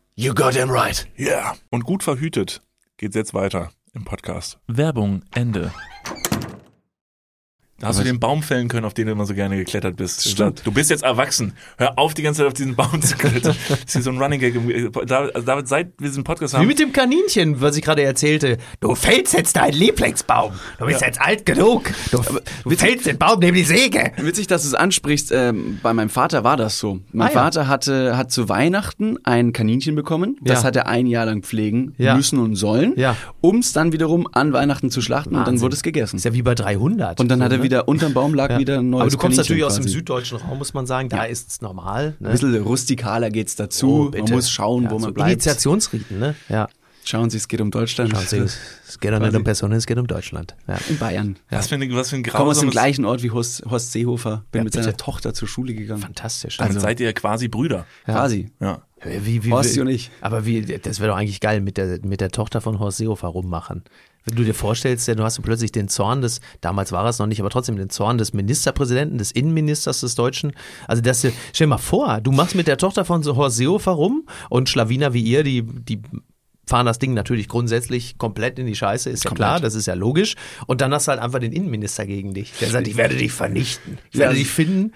Speaker 2: you got him right.
Speaker 3: Ja. Yeah. Und gut verhütet geht's jetzt weiter im Podcast. Werbung, Ende. Da hast du den Baum fällen können, auf den du immer so gerne geklettert bist.
Speaker 2: Stimmt.
Speaker 3: Du bist jetzt erwachsen. Hör auf, die ganze Zeit auf diesen Baum [laughs] zu klettern. das ist hier so ein Running Gag. im- David, also David, seit wir diesen Podcast
Speaker 1: Wie
Speaker 3: haben,
Speaker 1: mit dem Kaninchen, was ich gerade erzählte. Du fällst jetzt deinen Lieblingsbaum. Du bist jetzt alt genug. Du, du fällst den Baum neben die Säge.
Speaker 2: Witzig, dass du es ansprichst. Ähm, bei meinem Vater war das so. Mein
Speaker 1: Ah, ja.
Speaker 2: Vater hatte, hat zu Weihnachten ein Kaninchen bekommen. Das
Speaker 1: Ja.
Speaker 2: hat er ein Jahr lang pflegen
Speaker 1: Ja.
Speaker 2: müssen und sollen,
Speaker 1: Ja.
Speaker 2: um es dann wiederum an Weihnachten zu schlachten und dann wurde es gegessen.
Speaker 1: Ist ja wie bei 300.
Speaker 2: Und dann hat er
Speaker 1: ne?
Speaker 2: wieder unterm Baum lag
Speaker 1: Ja.
Speaker 2: wieder ein neues
Speaker 1: Aber du kommst
Speaker 2: Kaninchen
Speaker 1: natürlich aus dem
Speaker 2: quasi.
Speaker 1: süddeutschen Raum, muss man sagen. Da ist es normal. Ne? Oh,
Speaker 2: Ein bisschen rustikaler geht's dazu.
Speaker 1: bitte.
Speaker 2: Man muss schauen,
Speaker 1: Ja,
Speaker 2: wo
Speaker 1: so
Speaker 2: man bleibt.
Speaker 1: Initiationsriten, ne? Ja.
Speaker 2: Schauen Sie, es geht um Deutschland.
Speaker 1: Also, es geht doch nicht um Personen, es geht um Deutschland. Ja.
Speaker 2: In Bayern.
Speaker 3: was für ein, was für ein
Speaker 2: Komm aus dem
Speaker 3: grausames...
Speaker 2: gleichen Ort wie Horst, Horst Seehofer. Bin
Speaker 1: Ja,
Speaker 2: mit
Speaker 1: bitte.
Speaker 2: seiner Tochter zur Schule gegangen.
Speaker 1: Fantastisch.
Speaker 3: Dann seid ihr quasi Brüder.
Speaker 2: Quasi.
Speaker 3: Ja.
Speaker 1: Wie, wie,
Speaker 2: Horst
Speaker 1: wie,
Speaker 2: und ich.
Speaker 1: Aber wie, das wäre doch eigentlich geil, mit der, mit der Tochter von Horst Seehofer rummachen. Wenn du dir vorstellst, denn du hast plötzlich den Zorn des, damals war es noch nicht, aber trotzdem den Zorn des Ministerpräsidenten, des Innenministers des Deutschen. Also das, stell dir mal vor, du machst mit der Tochter von so Horst Seehofer rum und Schlawiner wie ihr, die, die fahren das Ding natürlich grundsätzlich komplett in die Scheiße, ist ja klar, das ist ja logisch. Und dann hast du halt einfach den Innenminister gegen dich. Der sagt, ich werde dich vernichten, ich werde
Speaker 2: Ja.
Speaker 1: dich finden.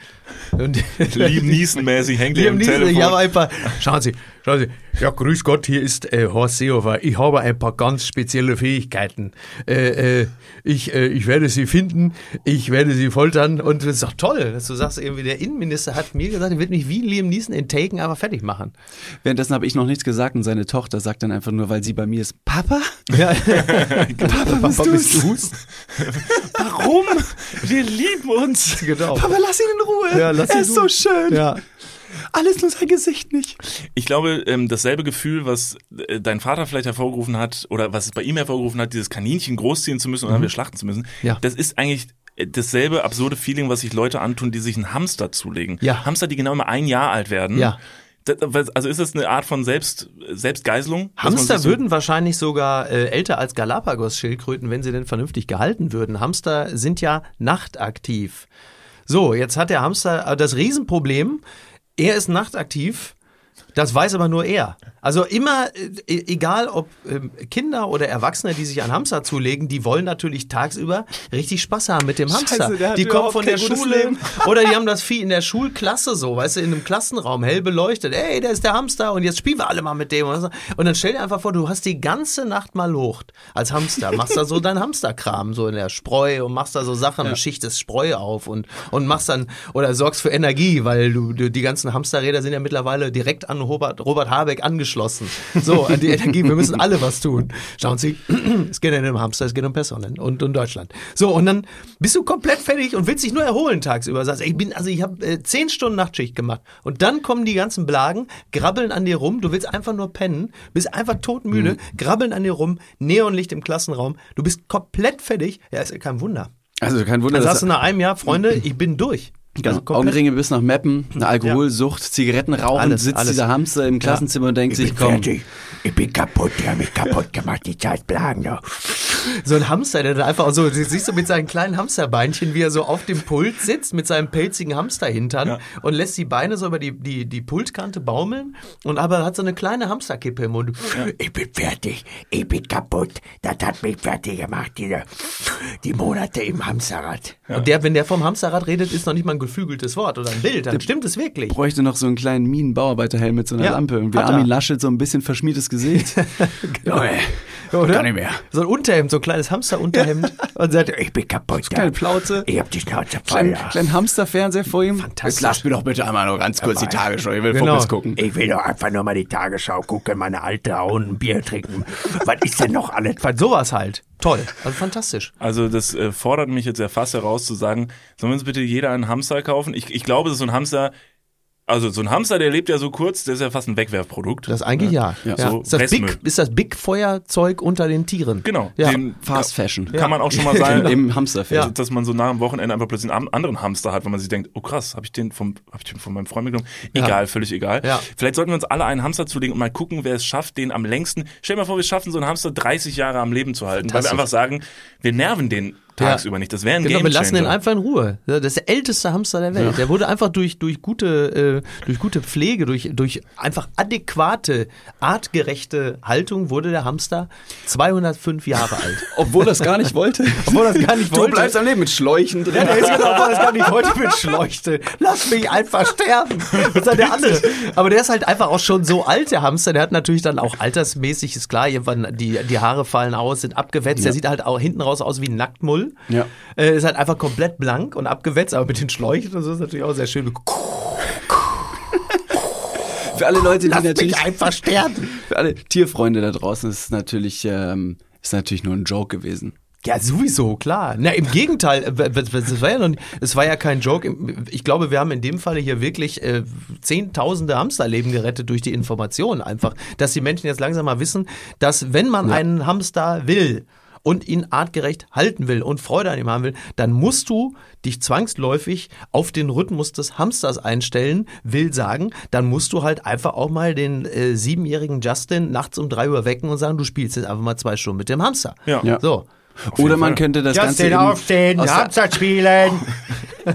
Speaker 1: Und
Speaker 3: Liam
Speaker 1: [laughs]
Speaker 3: Neeson-mäßig hängt ihr
Speaker 1: Liam
Speaker 3: im
Speaker 1: Neeson, ich habe
Speaker 3: Telefon.
Speaker 1: ein paar. Schauen Sie, schauen Sie. Ja, grüß Gott, hier ist äh, Horst Seehofer. Ich habe ein paar ganz spezielle Fähigkeiten. Äh, äh, ich, äh, ich werde Sie finden, ich werde Sie foltern. Und es ist doch toll, dass du sagst, irgendwie der Innenminister hat mir gesagt, er wird mich wie Liam Neeson in Taken aber fertig machen.
Speaker 2: Währenddessen habe ich noch nichts gesagt und seine Tochter sagt dann einfach nur, weil sie bei mir ist, Papa? [laughs]
Speaker 1: Ja, Papa, bist du's?
Speaker 3: Warum? Wir lieben uns.
Speaker 1: Genau.
Speaker 2: Aber lass ihn in Ruhe.
Speaker 1: Ja, lass
Speaker 2: er
Speaker 1: ihn
Speaker 2: ist so
Speaker 1: ruhen.
Speaker 2: schön.
Speaker 1: Ja.
Speaker 2: Alles nur sein Gesicht nicht.
Speaker 3: Ich glaube, ähm, dasselbe Gefühl, was äh, dein Vater vielleicht hervorgerufen hat oder was es bei ihm hervorgerufen hat, dieses Kaninchen großziehen zu müssen und dann wieder schlachten zu müssen,
Speaker 1: Mhm. Ja.
Speaker 3: das ist eigentlich äh, dasselbe absurde Feeling, was sich Leute antun, die sich einen Hamster zulegen.
Speaker 1: Ja.
Speaker 3: Hamster, die genau immer ein Jahr alt werden.
Speaker 1: Ja.
Speaker 3: Das, was- also ist das eine Art von Selbst, Selbstgeißelung? dass man sich
Speaker 1: Hamster
Speaker 3: so-
Speaker 1: würden wahrscheinlich sogar äh, älter als Galapagos-Schildkröten, wenn sie denn vernünftig gehalten würden. Hamster sind ja nachtaktiv. So, jetzt hat der Hamster äh, das Riesenproblem. Er ist nachtaktiv. Das weiß aber nur er. Also immer, äh, e- egal ob ähm, Kinder oder Erwachsene, die sich an Hamster zulegen, die wollen natürlich tagsüber richtig Spaß haben mit dem Hamster.
Speaker 2: der hat
Speaker 1: die kommen
Speaker 2: überhaupt
Speaker 1: von
Speaker 2: kein
Speaker 1: der
Speaker 2: gutes
Speaker 1: Schule
Speaker 2: Leben.
Speaker 1: [laughs] oder die haben das Vieh in der Schulklasse so, weißt du, in einem Klassenraum hell beleuchtet. Ey, da ist der Hamster und jetzt spielen wir alle mal mit dem. Und dann stell dir einfach vor, du hast die ganze Nacht mal locht als Hamster. Machst da so deinen Hamsterkram so in der Spreu und machst da so Sachen, schichtest Spreu auf und, und machst dann oder sorgst für Energie, weil du, du die ganzen Hamsterräder sind ja mittlerweile direkt direkt an Robert, Robert Habeck angeschlossen. So, an die Energie, wir müssen alle was tun. Schauen Sie, [clears throat] es geht nicht um Hamster, es geht um Personen und um Deutschland. So, und dann bist du komplett fertig und willst dich nur erholen tagsüber. Sagst, ey, ich bin, also ich habe äh, zehn Stunden Nachtschicht gemacht. Und dann kommen die ganzen Blagen, grabbeln an dir rum, du willst einfach nur pennen, bist einfach todmüde, grabbeln an dir rum, Neonlicht im Klassenraum, du bist komplett fertig. Ja, ist ja kein Wunder.
Speaker 2: Also kein Wunder,
Speaker 1: Dann
Speaker 2: dass
Speaker 1: sagst du nach einem Jahr, Freunde, ich bin durch.
Speaker 2: Genau.
Speaker 1: Also komplett-
Speaker 2: Augenringe bis nach Meppen, eine Alkoholsucht, Zigarettenrauchen,
Speaker 1: Alles,
Speaker 2: sitzt
Speaker 1: alles.
Speaker 2: dieser Hamster im Klassenzimmer und denkt sich, komm,
Speaker 4: Fertig. Ich bin kaputt, die haben mich kaputt gemacht, die Zeitplagen. Ja.
Speaker 1: So ein Hamster, der da einfach so, siehst du mit seinen kleinen Hamsterbeinchen, wie er so auf dem Pult sitzt, mit seinem pelzigen Hamsterhintern und lässt die Beine so über die, die, die Pultkante baumeln und aber hat so eine kleine Hamsterkippe im Mund.
Speaker 4: Ich bin fertig, ich bin kaputt. Das hat mich fertig gemacht, diese, die Monate im Hamsterrad.
Speaker 1: Und der, wenn der vom Hamsterrad redet, ist noch nicht mal ein geflügeltes Wort oder ein Bild, dann stimmt es wirklich.
Speaker 2: bräuchte noch so einen kleinen Minenbauarbeiterhelm mit so einer
Speaker 1: Ja,
Speaker 2: Lampe. Und wie
Speaker 1: hat er.
Speaker 2: Armin Laschet, so ein bisschen
Speaker 1: [laughs]
Speaker 2: verschmiertes Gesicht.
Speaker 4: Junge,
Speaker 1: Oder?
Speaker 4: Kann nicht mehr.
Speaker 1: So ein Unterhemd, so ein kleines Hamsterunterhemd. Und sagt,
Speaker 4: Ich bin kaputt.
Speaker 2: Kleine Plauze.
Speaker 4: Ich hab die Schnauze voll.
Speaker 2: Kleinen
Speaker 4: ja.
Speaker 2: kleinen Hamsterfernseher vor ihm.
Speaker 1: Fantastisch.
Speaker 2: mir doch bitte einmal nur ganz kurz die Tagesschau. Ich will
Speaker 1: Genau.
Speaker 4: Ich will doch einfach nur mal die Tagesschau gucken, meine alte hauen, ein Bier trinken. Was ist denn noch alles?
Speaker 1: weil sowas halt. Toll. Also fantastisch.
Speaker 3: Also das äh, fordert mich jetzt sehr fast heraus zu sagen, sollen wir uns bitte jeder einen Hamster kaufen? Ich, ich glaube, das ist so ein Hamster, also so ein Hamster, der lebt ja so kurz, der ist ja fast ein Wegwerfprodukt.
Speaker 1: Das eigentlich ja.
Speaker 2: Ja,
Speaker 3: so
Speaker 1: ist, das
Speaker 3: Restmüll.
Speaker 1: Big, ist das Big Feuerzeug unter den Tieren?
Speaker 3: genau.
Speaker 1: Ja.
Speaker 3: Den
Speaker 2: Fast Fashion.
Speaker 3: kann man auch
Speaker 1: [laughs]
Speaker 3: schon mal sein,
Speaker 1: Genau.
Speaker 2: Im- Im Hamsterfernseher.
Speaker 3: Also, dass man so nah am Wochenende einfach plötzlich einen am- anderen Hamster hat, wenn man sich denkt, oh krass, habe ich den vom hab ich den von meinem Freund mitgenommen? Egal, völlig egal.
Speaker 1: Ja.
Speaker 3: Vielleicht sollten wir uns alle einen Hamster zulegen und mal gucken, wer es schafft, den am längsten. Stell dir mal vor, wir schaffen so einen Hamster 30 Jahre am Leben zu halten, weil wir
Speaker 1: Fantastisch.
Speaker 3: einfach sagen, wir nerven den tagsüber nicht. Das wäre ein
Speaker 1: Genau, wir
Speaker 3: Game
Speaker 1: lassen ihn
Speaker 3: Changer.
Speaker 1: einfach in Ruhe. Das ist der älteste Hamster der Welt. Der wurde einfach durch, durch, gute, äh, durch gute Pflege, durch, durch einfach adäquate, artgerechte Haltung wurde der Hamster 205 Jahre alt.
Speaker 2: Obwohl das gar nicht wollte.
Speaker 1: [laughs] Obwohl das gar nicht
Speaker 2: Du
Speaker 1: wollte.
Speaker 2: bleibst am Leben mit Schläuchen drin.
Speaker 1: Der ist genau, das kann ich heute mit Schleuchte. Lass mich einfach sterben. Das ist halt der andere. Aber der ist halt einfach auch schon so alt, der Hamster. Der hat natürlich dann auch altersmäßig, ist klar, irgendwann die, die Haare fallen aus, sind abgewetzt. Der sieht halt auch hinten raus aus wie ein Nacktmull.
Speaker 2: Ja.
Speaker 1: Äh, ist halt einfach komplett blank und abgewetzt, aber mit den Schläuchen und so ist natürlich auch sehr schön.
Speaker 2: Für alle Leute, die natürlich,
Speaker 1: einfach sterben.
Speaker 2: für alle Tierfreunde da draußen, ist es natürlich, ähm, ist natürlich nur ein Joke gewesen.
Speaker 1: Ja, sowieso, klar. Na, im Gegenteil, äh, w- w- es war ja, noch, nie- es war ja kein Joke. Im- Ich glaube, wir haben in dem Falle hier wirklich äh, zehntausende Hamsterleben gerettet durch die Information einfach, dass die Menschen jetzt langsam mal wissen, dass wenn man einen Hamster will und ihn artgerecht halten will und Freude an ihm haben will, dann musst du dich zwangsläufig auf den Rhythmus des Hamsters einstellen, will sagen, dann musst du halt einfach auch mal den äh, siebenjährigen Justin nachts um drei Uhr wecken und sagen, du spielst jetzt einfach mal zwei Stunden mit dem Hamster.
Speaker 3: Ja.
Speaker 2: Ja.
Speaker 1: So.
Speaker 2: Oder man könnte das Ganze. eben- aus der-
Speaker 1: spielen.
Speaker 2: Oh,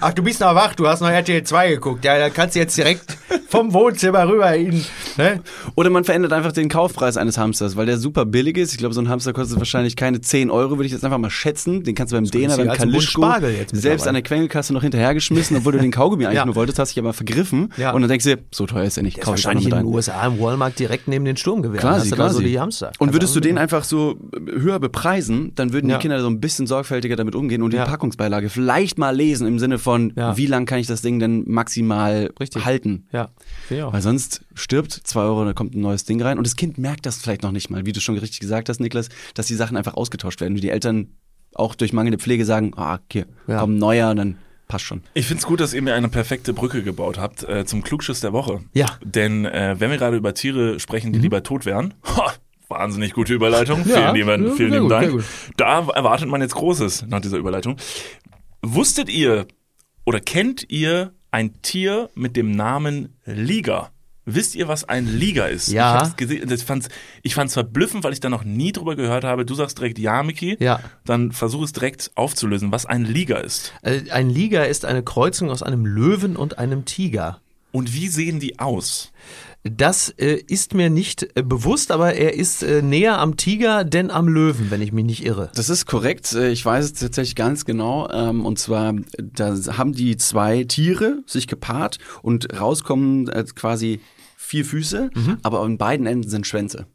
Speaker 1: Ach, du bist noch wach, du hast noch RTL 2 geguckt. Ja, da kannst du jetzt
Speaker 2: [laughs]
Speaker 1: direkt vom Wohnzimmer rüber in. Ne?
Speaker 2: Oder man verändert einfach den Kaufpreis eines Hamsters, weil der super billig ist. Ich glaube, so ein Hamster kostet wahrscheinlich keine 10 Euro, würde ich jetzt einfach mal schätzen. Den kannst du beim Dena, beim
Speaker 1: günstiger als ein Bund
Speaker 2: Kalischko,
Speaker 1: Spargel jetzt
Speaker 2: selbst
Speaker 1: mittlerweile.
Speaker 2: an der Quengelkasse noch hinterhergeschmissen, obwohl du
Speaker 1: [laughs]
Speaker 2: den Kaugummi eigentlich
Speaker 1: Ja.
Speaker 2: nur wolltest, hast dich aber vergriffen.
Speaker 1: Ja.
Speaker 2: Und dann denkst du dir, so teuer ist er nicht,
Speaker 1: Der ist
Speaker 2: kauf ich auch noch
Speaker 1: wahrscheinlich
Speaker 2: mit
Speaker 1: in den
Speaker 2: ein.
Speaker 1: USA im Walmart direkt neben den Sturmgewehren.
Speaker 2: Quasi,
Speaker 1: hast du da
Speaker 2: quasi.
Speaker 1: so die Hamster. Also,
Speaker 2: Und würdest du
Speaker 1: Kannst
Speaker 2: den einfach so äh, höher bepreisen, dann würden
Speaker 1: Ja.
Speaker 2: die Kinder so ein bisschen sorgfältiger damit umgehen und
Speaker 1: Ja.
Speaker 2: die Packungsbeilage vielleicht mal lesen im Sinne von,
Speaker 1: Ja.
Speaker 2: wie lang kann ich das Ding denn maximal
Speaker 1: Richtig.
Speaker 2: halten?
Speaker 1: Ja, sehe ich auch.
Speaker 2: Weil sonst stirbt 2 Euro, da kommt ein neues Ding rein. Und das Kind merkt das vielleicht noch nicht mal, wie du schon richtig gesagt hast, Niklas, dass die Sachen einfach ausgetauscht werden. Und die Eltern auch durch mangelnde Pflege sagen, ah, hier,
Speaker 1: Ja.
Speaker 2: komm, neuer, dann passt schon.
Speaker 3: Ich find's gut, dass ihr mir eine perfekte Brücke gebaut habt äh, zum Klugschiss der Woche.
Speaker 1: Ja. Mhm.
Speaker 3: Denn äh, wenn wir gerade über Tiere sprechen, die lieber tot wären, [laughs] ha, wahnsinnig gute Überleitung.
Speaker 1: Ja,
Speaker 3: vielen lieben,
Speaker 1: ja,
Speaker 3: vielen
Speaker 1: sehr
Speaker 3: lieben
Speaker 1: gut, sehr
Speaker 3: Dank.
Speaker 1: gut.
Speaker 3: Da erwartet man jetzt Großes nach dieser Überleitung. Wusstet ihr oder kennt ihr ein Tier mit dem Namen Liga? Wisst ihr, was ein Liga ist?
Speaker 1: Ja.
Speaker 3: Ich, hab's gesehen, das fand's, ich fand's verblüffend, weil ich da noch nie drüber gehört habe. Du sagst direkt ja, Miki.
Speaker 1: Ja.
Speaker 3: Dann versuch es direkt aufzulösen, was ein Liga ist.
Speaker 1: Äh, Ein Liger ist eine Kreuzung aus einem Löwen und einem Tiger.
Speaker 3: Und wie sehen die aus?
Speaker 1: Das äh, ist mir nicht äh, bewusst, aber er ist äh, näher am Tiger denn am Löwen, wenn ich mich nicht irre.
Speaker 2: Das ist korrekt. Äh, Ich weiß es tatsächlich ganz genau. Ähm, Und zwar, da haben die zwei Tiere sich gepaart und rauskommen äh, quasi vier Füße,
Speaker 3: Mhm.
Speaker 2: aber an beiden Enden sind Schwänze.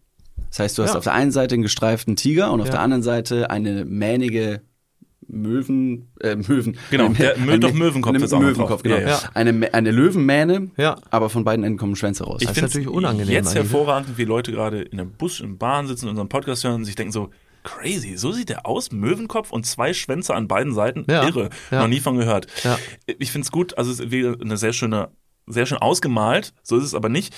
Speaker 2: Das heißt, du hast auf der einen Seite einen gestreiften Tiger und auf der anderen Seite eine mähnige Möwen, äh, Möwen.
Speaker 3: Genau,
Speaker 2: Eine-
Speaker 3: der Mö-
Speaker 2: eine-
Speaker 3: doch Möwenkopf
Speaker 2: eine,
Speaker 3: ist auch noch drauf.
Speaker 2: Möwenkopf, genau.
Speaker 3: Ja, ja.
Speaker 2: Eine, Me- eine Löwenmähne,
Speaker 1: Ja.
Speaker 2: aber von beiden Enden kommen Schwänze raus.
Speaker 3: Ich
Speaker 1: ist
Speaker 3: finde
Speaker 1: natürlich unangenehm
Speaker 3: Jetzt
Speaker 1: eigentlich.
Speaker 3: hervorragend, wie Leute gerade in einem Bus, im Bahn sitzen, unseren Podcast hören und sich denken so, crazy, so sieht der aus, Möwenkopf und zwei Schwänze an beiden Seiten,
Speaker 1: Ja,
Speaker 3: irre,
Speaker 1: ja.
Speaker 3: noch nie von gehört.
Speaker 1: Ja.
Speaker 3: Ich finde es gut, also es ist wie eine sehr schöne, sehr schön ausgemalt, so ist es aber nicht.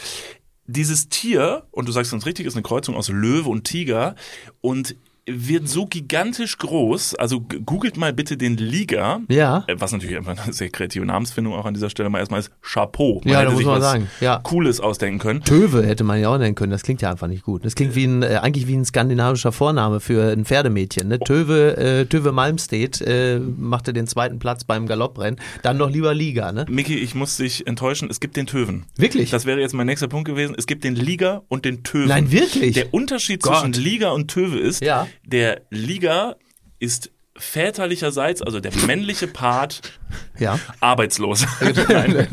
Speaker 3: Dieses Tier, und du sagst uns richtig, ist eine Kreuzung aus Löwe und Tiger und wird so gigantisch groß, also g- googelt mal bitte den Liger,
Speaker 1: Ja.
Speaker 3: äh, was natürlich einfach eine sehr kreative Namensfindung auch an dieser Stelle mal erstmal ist, Chapeau.
Speaker 1: Ja, da
Speaker 3: hätte
Speaker 1: muss
Speaker 3: sich
Speaker 1: man
Speaker 3: was
Speaker 1: sagen, ja.
Speaker 3: Cooles ausdenken können.
Speaker 1: Töwe hätte man ja auch nennen können, das klingt ja einfach nicht gut. Das klingt wie ein, äh, eigentlich wie ein skandinavischer Vorname für ein Pferdemädchen. Ne? Töwe, äh, Töwe Malmstedt äh, machte den zweiten Platz beim Galopprennen. Dann doch lieber Liga, ne?
Speaker 3: Micky, ich muss dich enttäuschen, es gibt den Töven.
Speaker 1: Wirklich?
Speaker 3: Das wäre jetzt mein nächster Punkt gewesen. Es gibt den Liga und den Töven.
Speaker 1: Nein, wirklich?
Speaker 3: Der Unterschied zwischen Liga und Töve ist,
Speaker 1: Ja.
Speaker 3: der Liga ist väterlicherseits, also der männliche Part,
Speaker 1: ja. [laughs]
Speaker 3: arbeitslos. Nein.